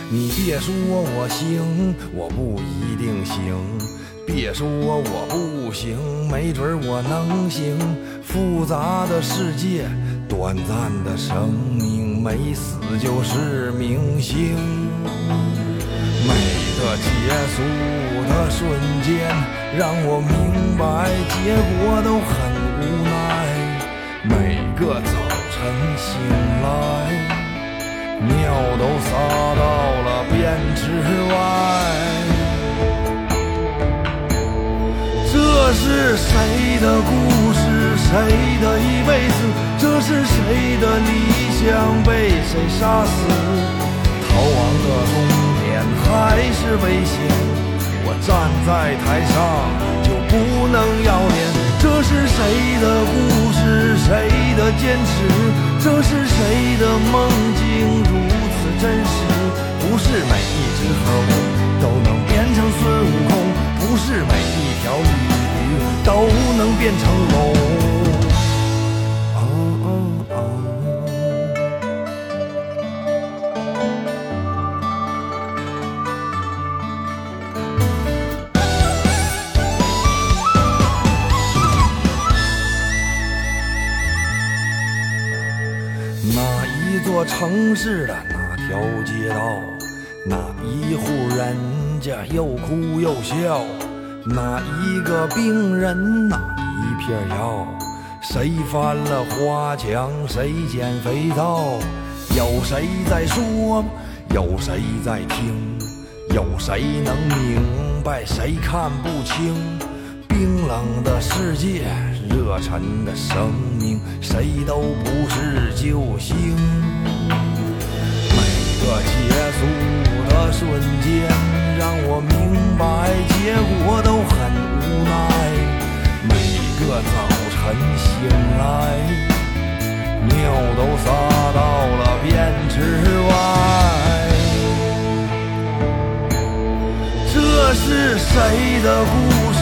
你别说我行，我不一定行。别说我不行，没准儿我能行。复杂的世界，短暂的生命，没死就是明星。美的结束的瞬间，让我明白结果都很无奈。每个早晨醒来。尿都撒到了便池外。这是谁的故事？谁的一辈子？这是谁的理想被谁杀死？逃亡的终点还是危险，我站在台上就不能要脸。这是谁的故事？谁的坚持？这是谁的梦境如此真实？不是每一只猴都能变成孙悟空，不是每一条鱼都能变成龙。哦哦哦哪一座城市的哪条街道，哪一户人家又哭又笑，哪一个病人哪一片药，谁翻了花墙，谁捡肥皂，有谁在说，有谁在听，有谁能明白，谁看不清。冰冷的世界，热忱的生命，谁都不是救星。每个结束的瞬间，让我明白结果都很无奈，每个早晨醒来，尿都撒到了便池外。这是谁的故事？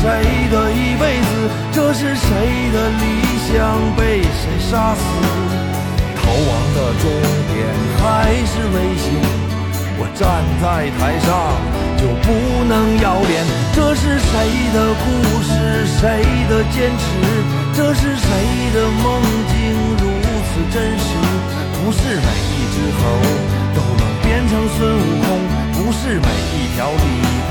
谁的一辈子？这是谁的理想被谁杀死？逃亡的终点还是危险。我站在台上就不能摇脸，这是谁的故事？谁的坚持？这是谁的梦境如此真实？不是每一只猴都能变成孙悟空，不是每一条鲤鱼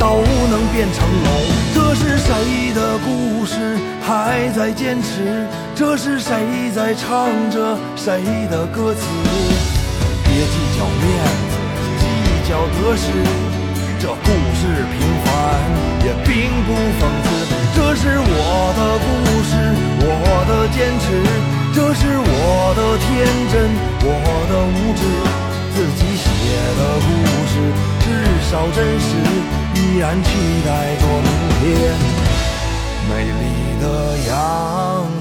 都能变成龙。这是谁的故事还在坚持？这是谁在唱着谁的歌词？别计较面子。小得失，这故事平凡也并不讽刺。这是我的故事，我的坚持，这是我的天真，我的无知。自己写的故事，至少真实，依然期待着明天美丽的阳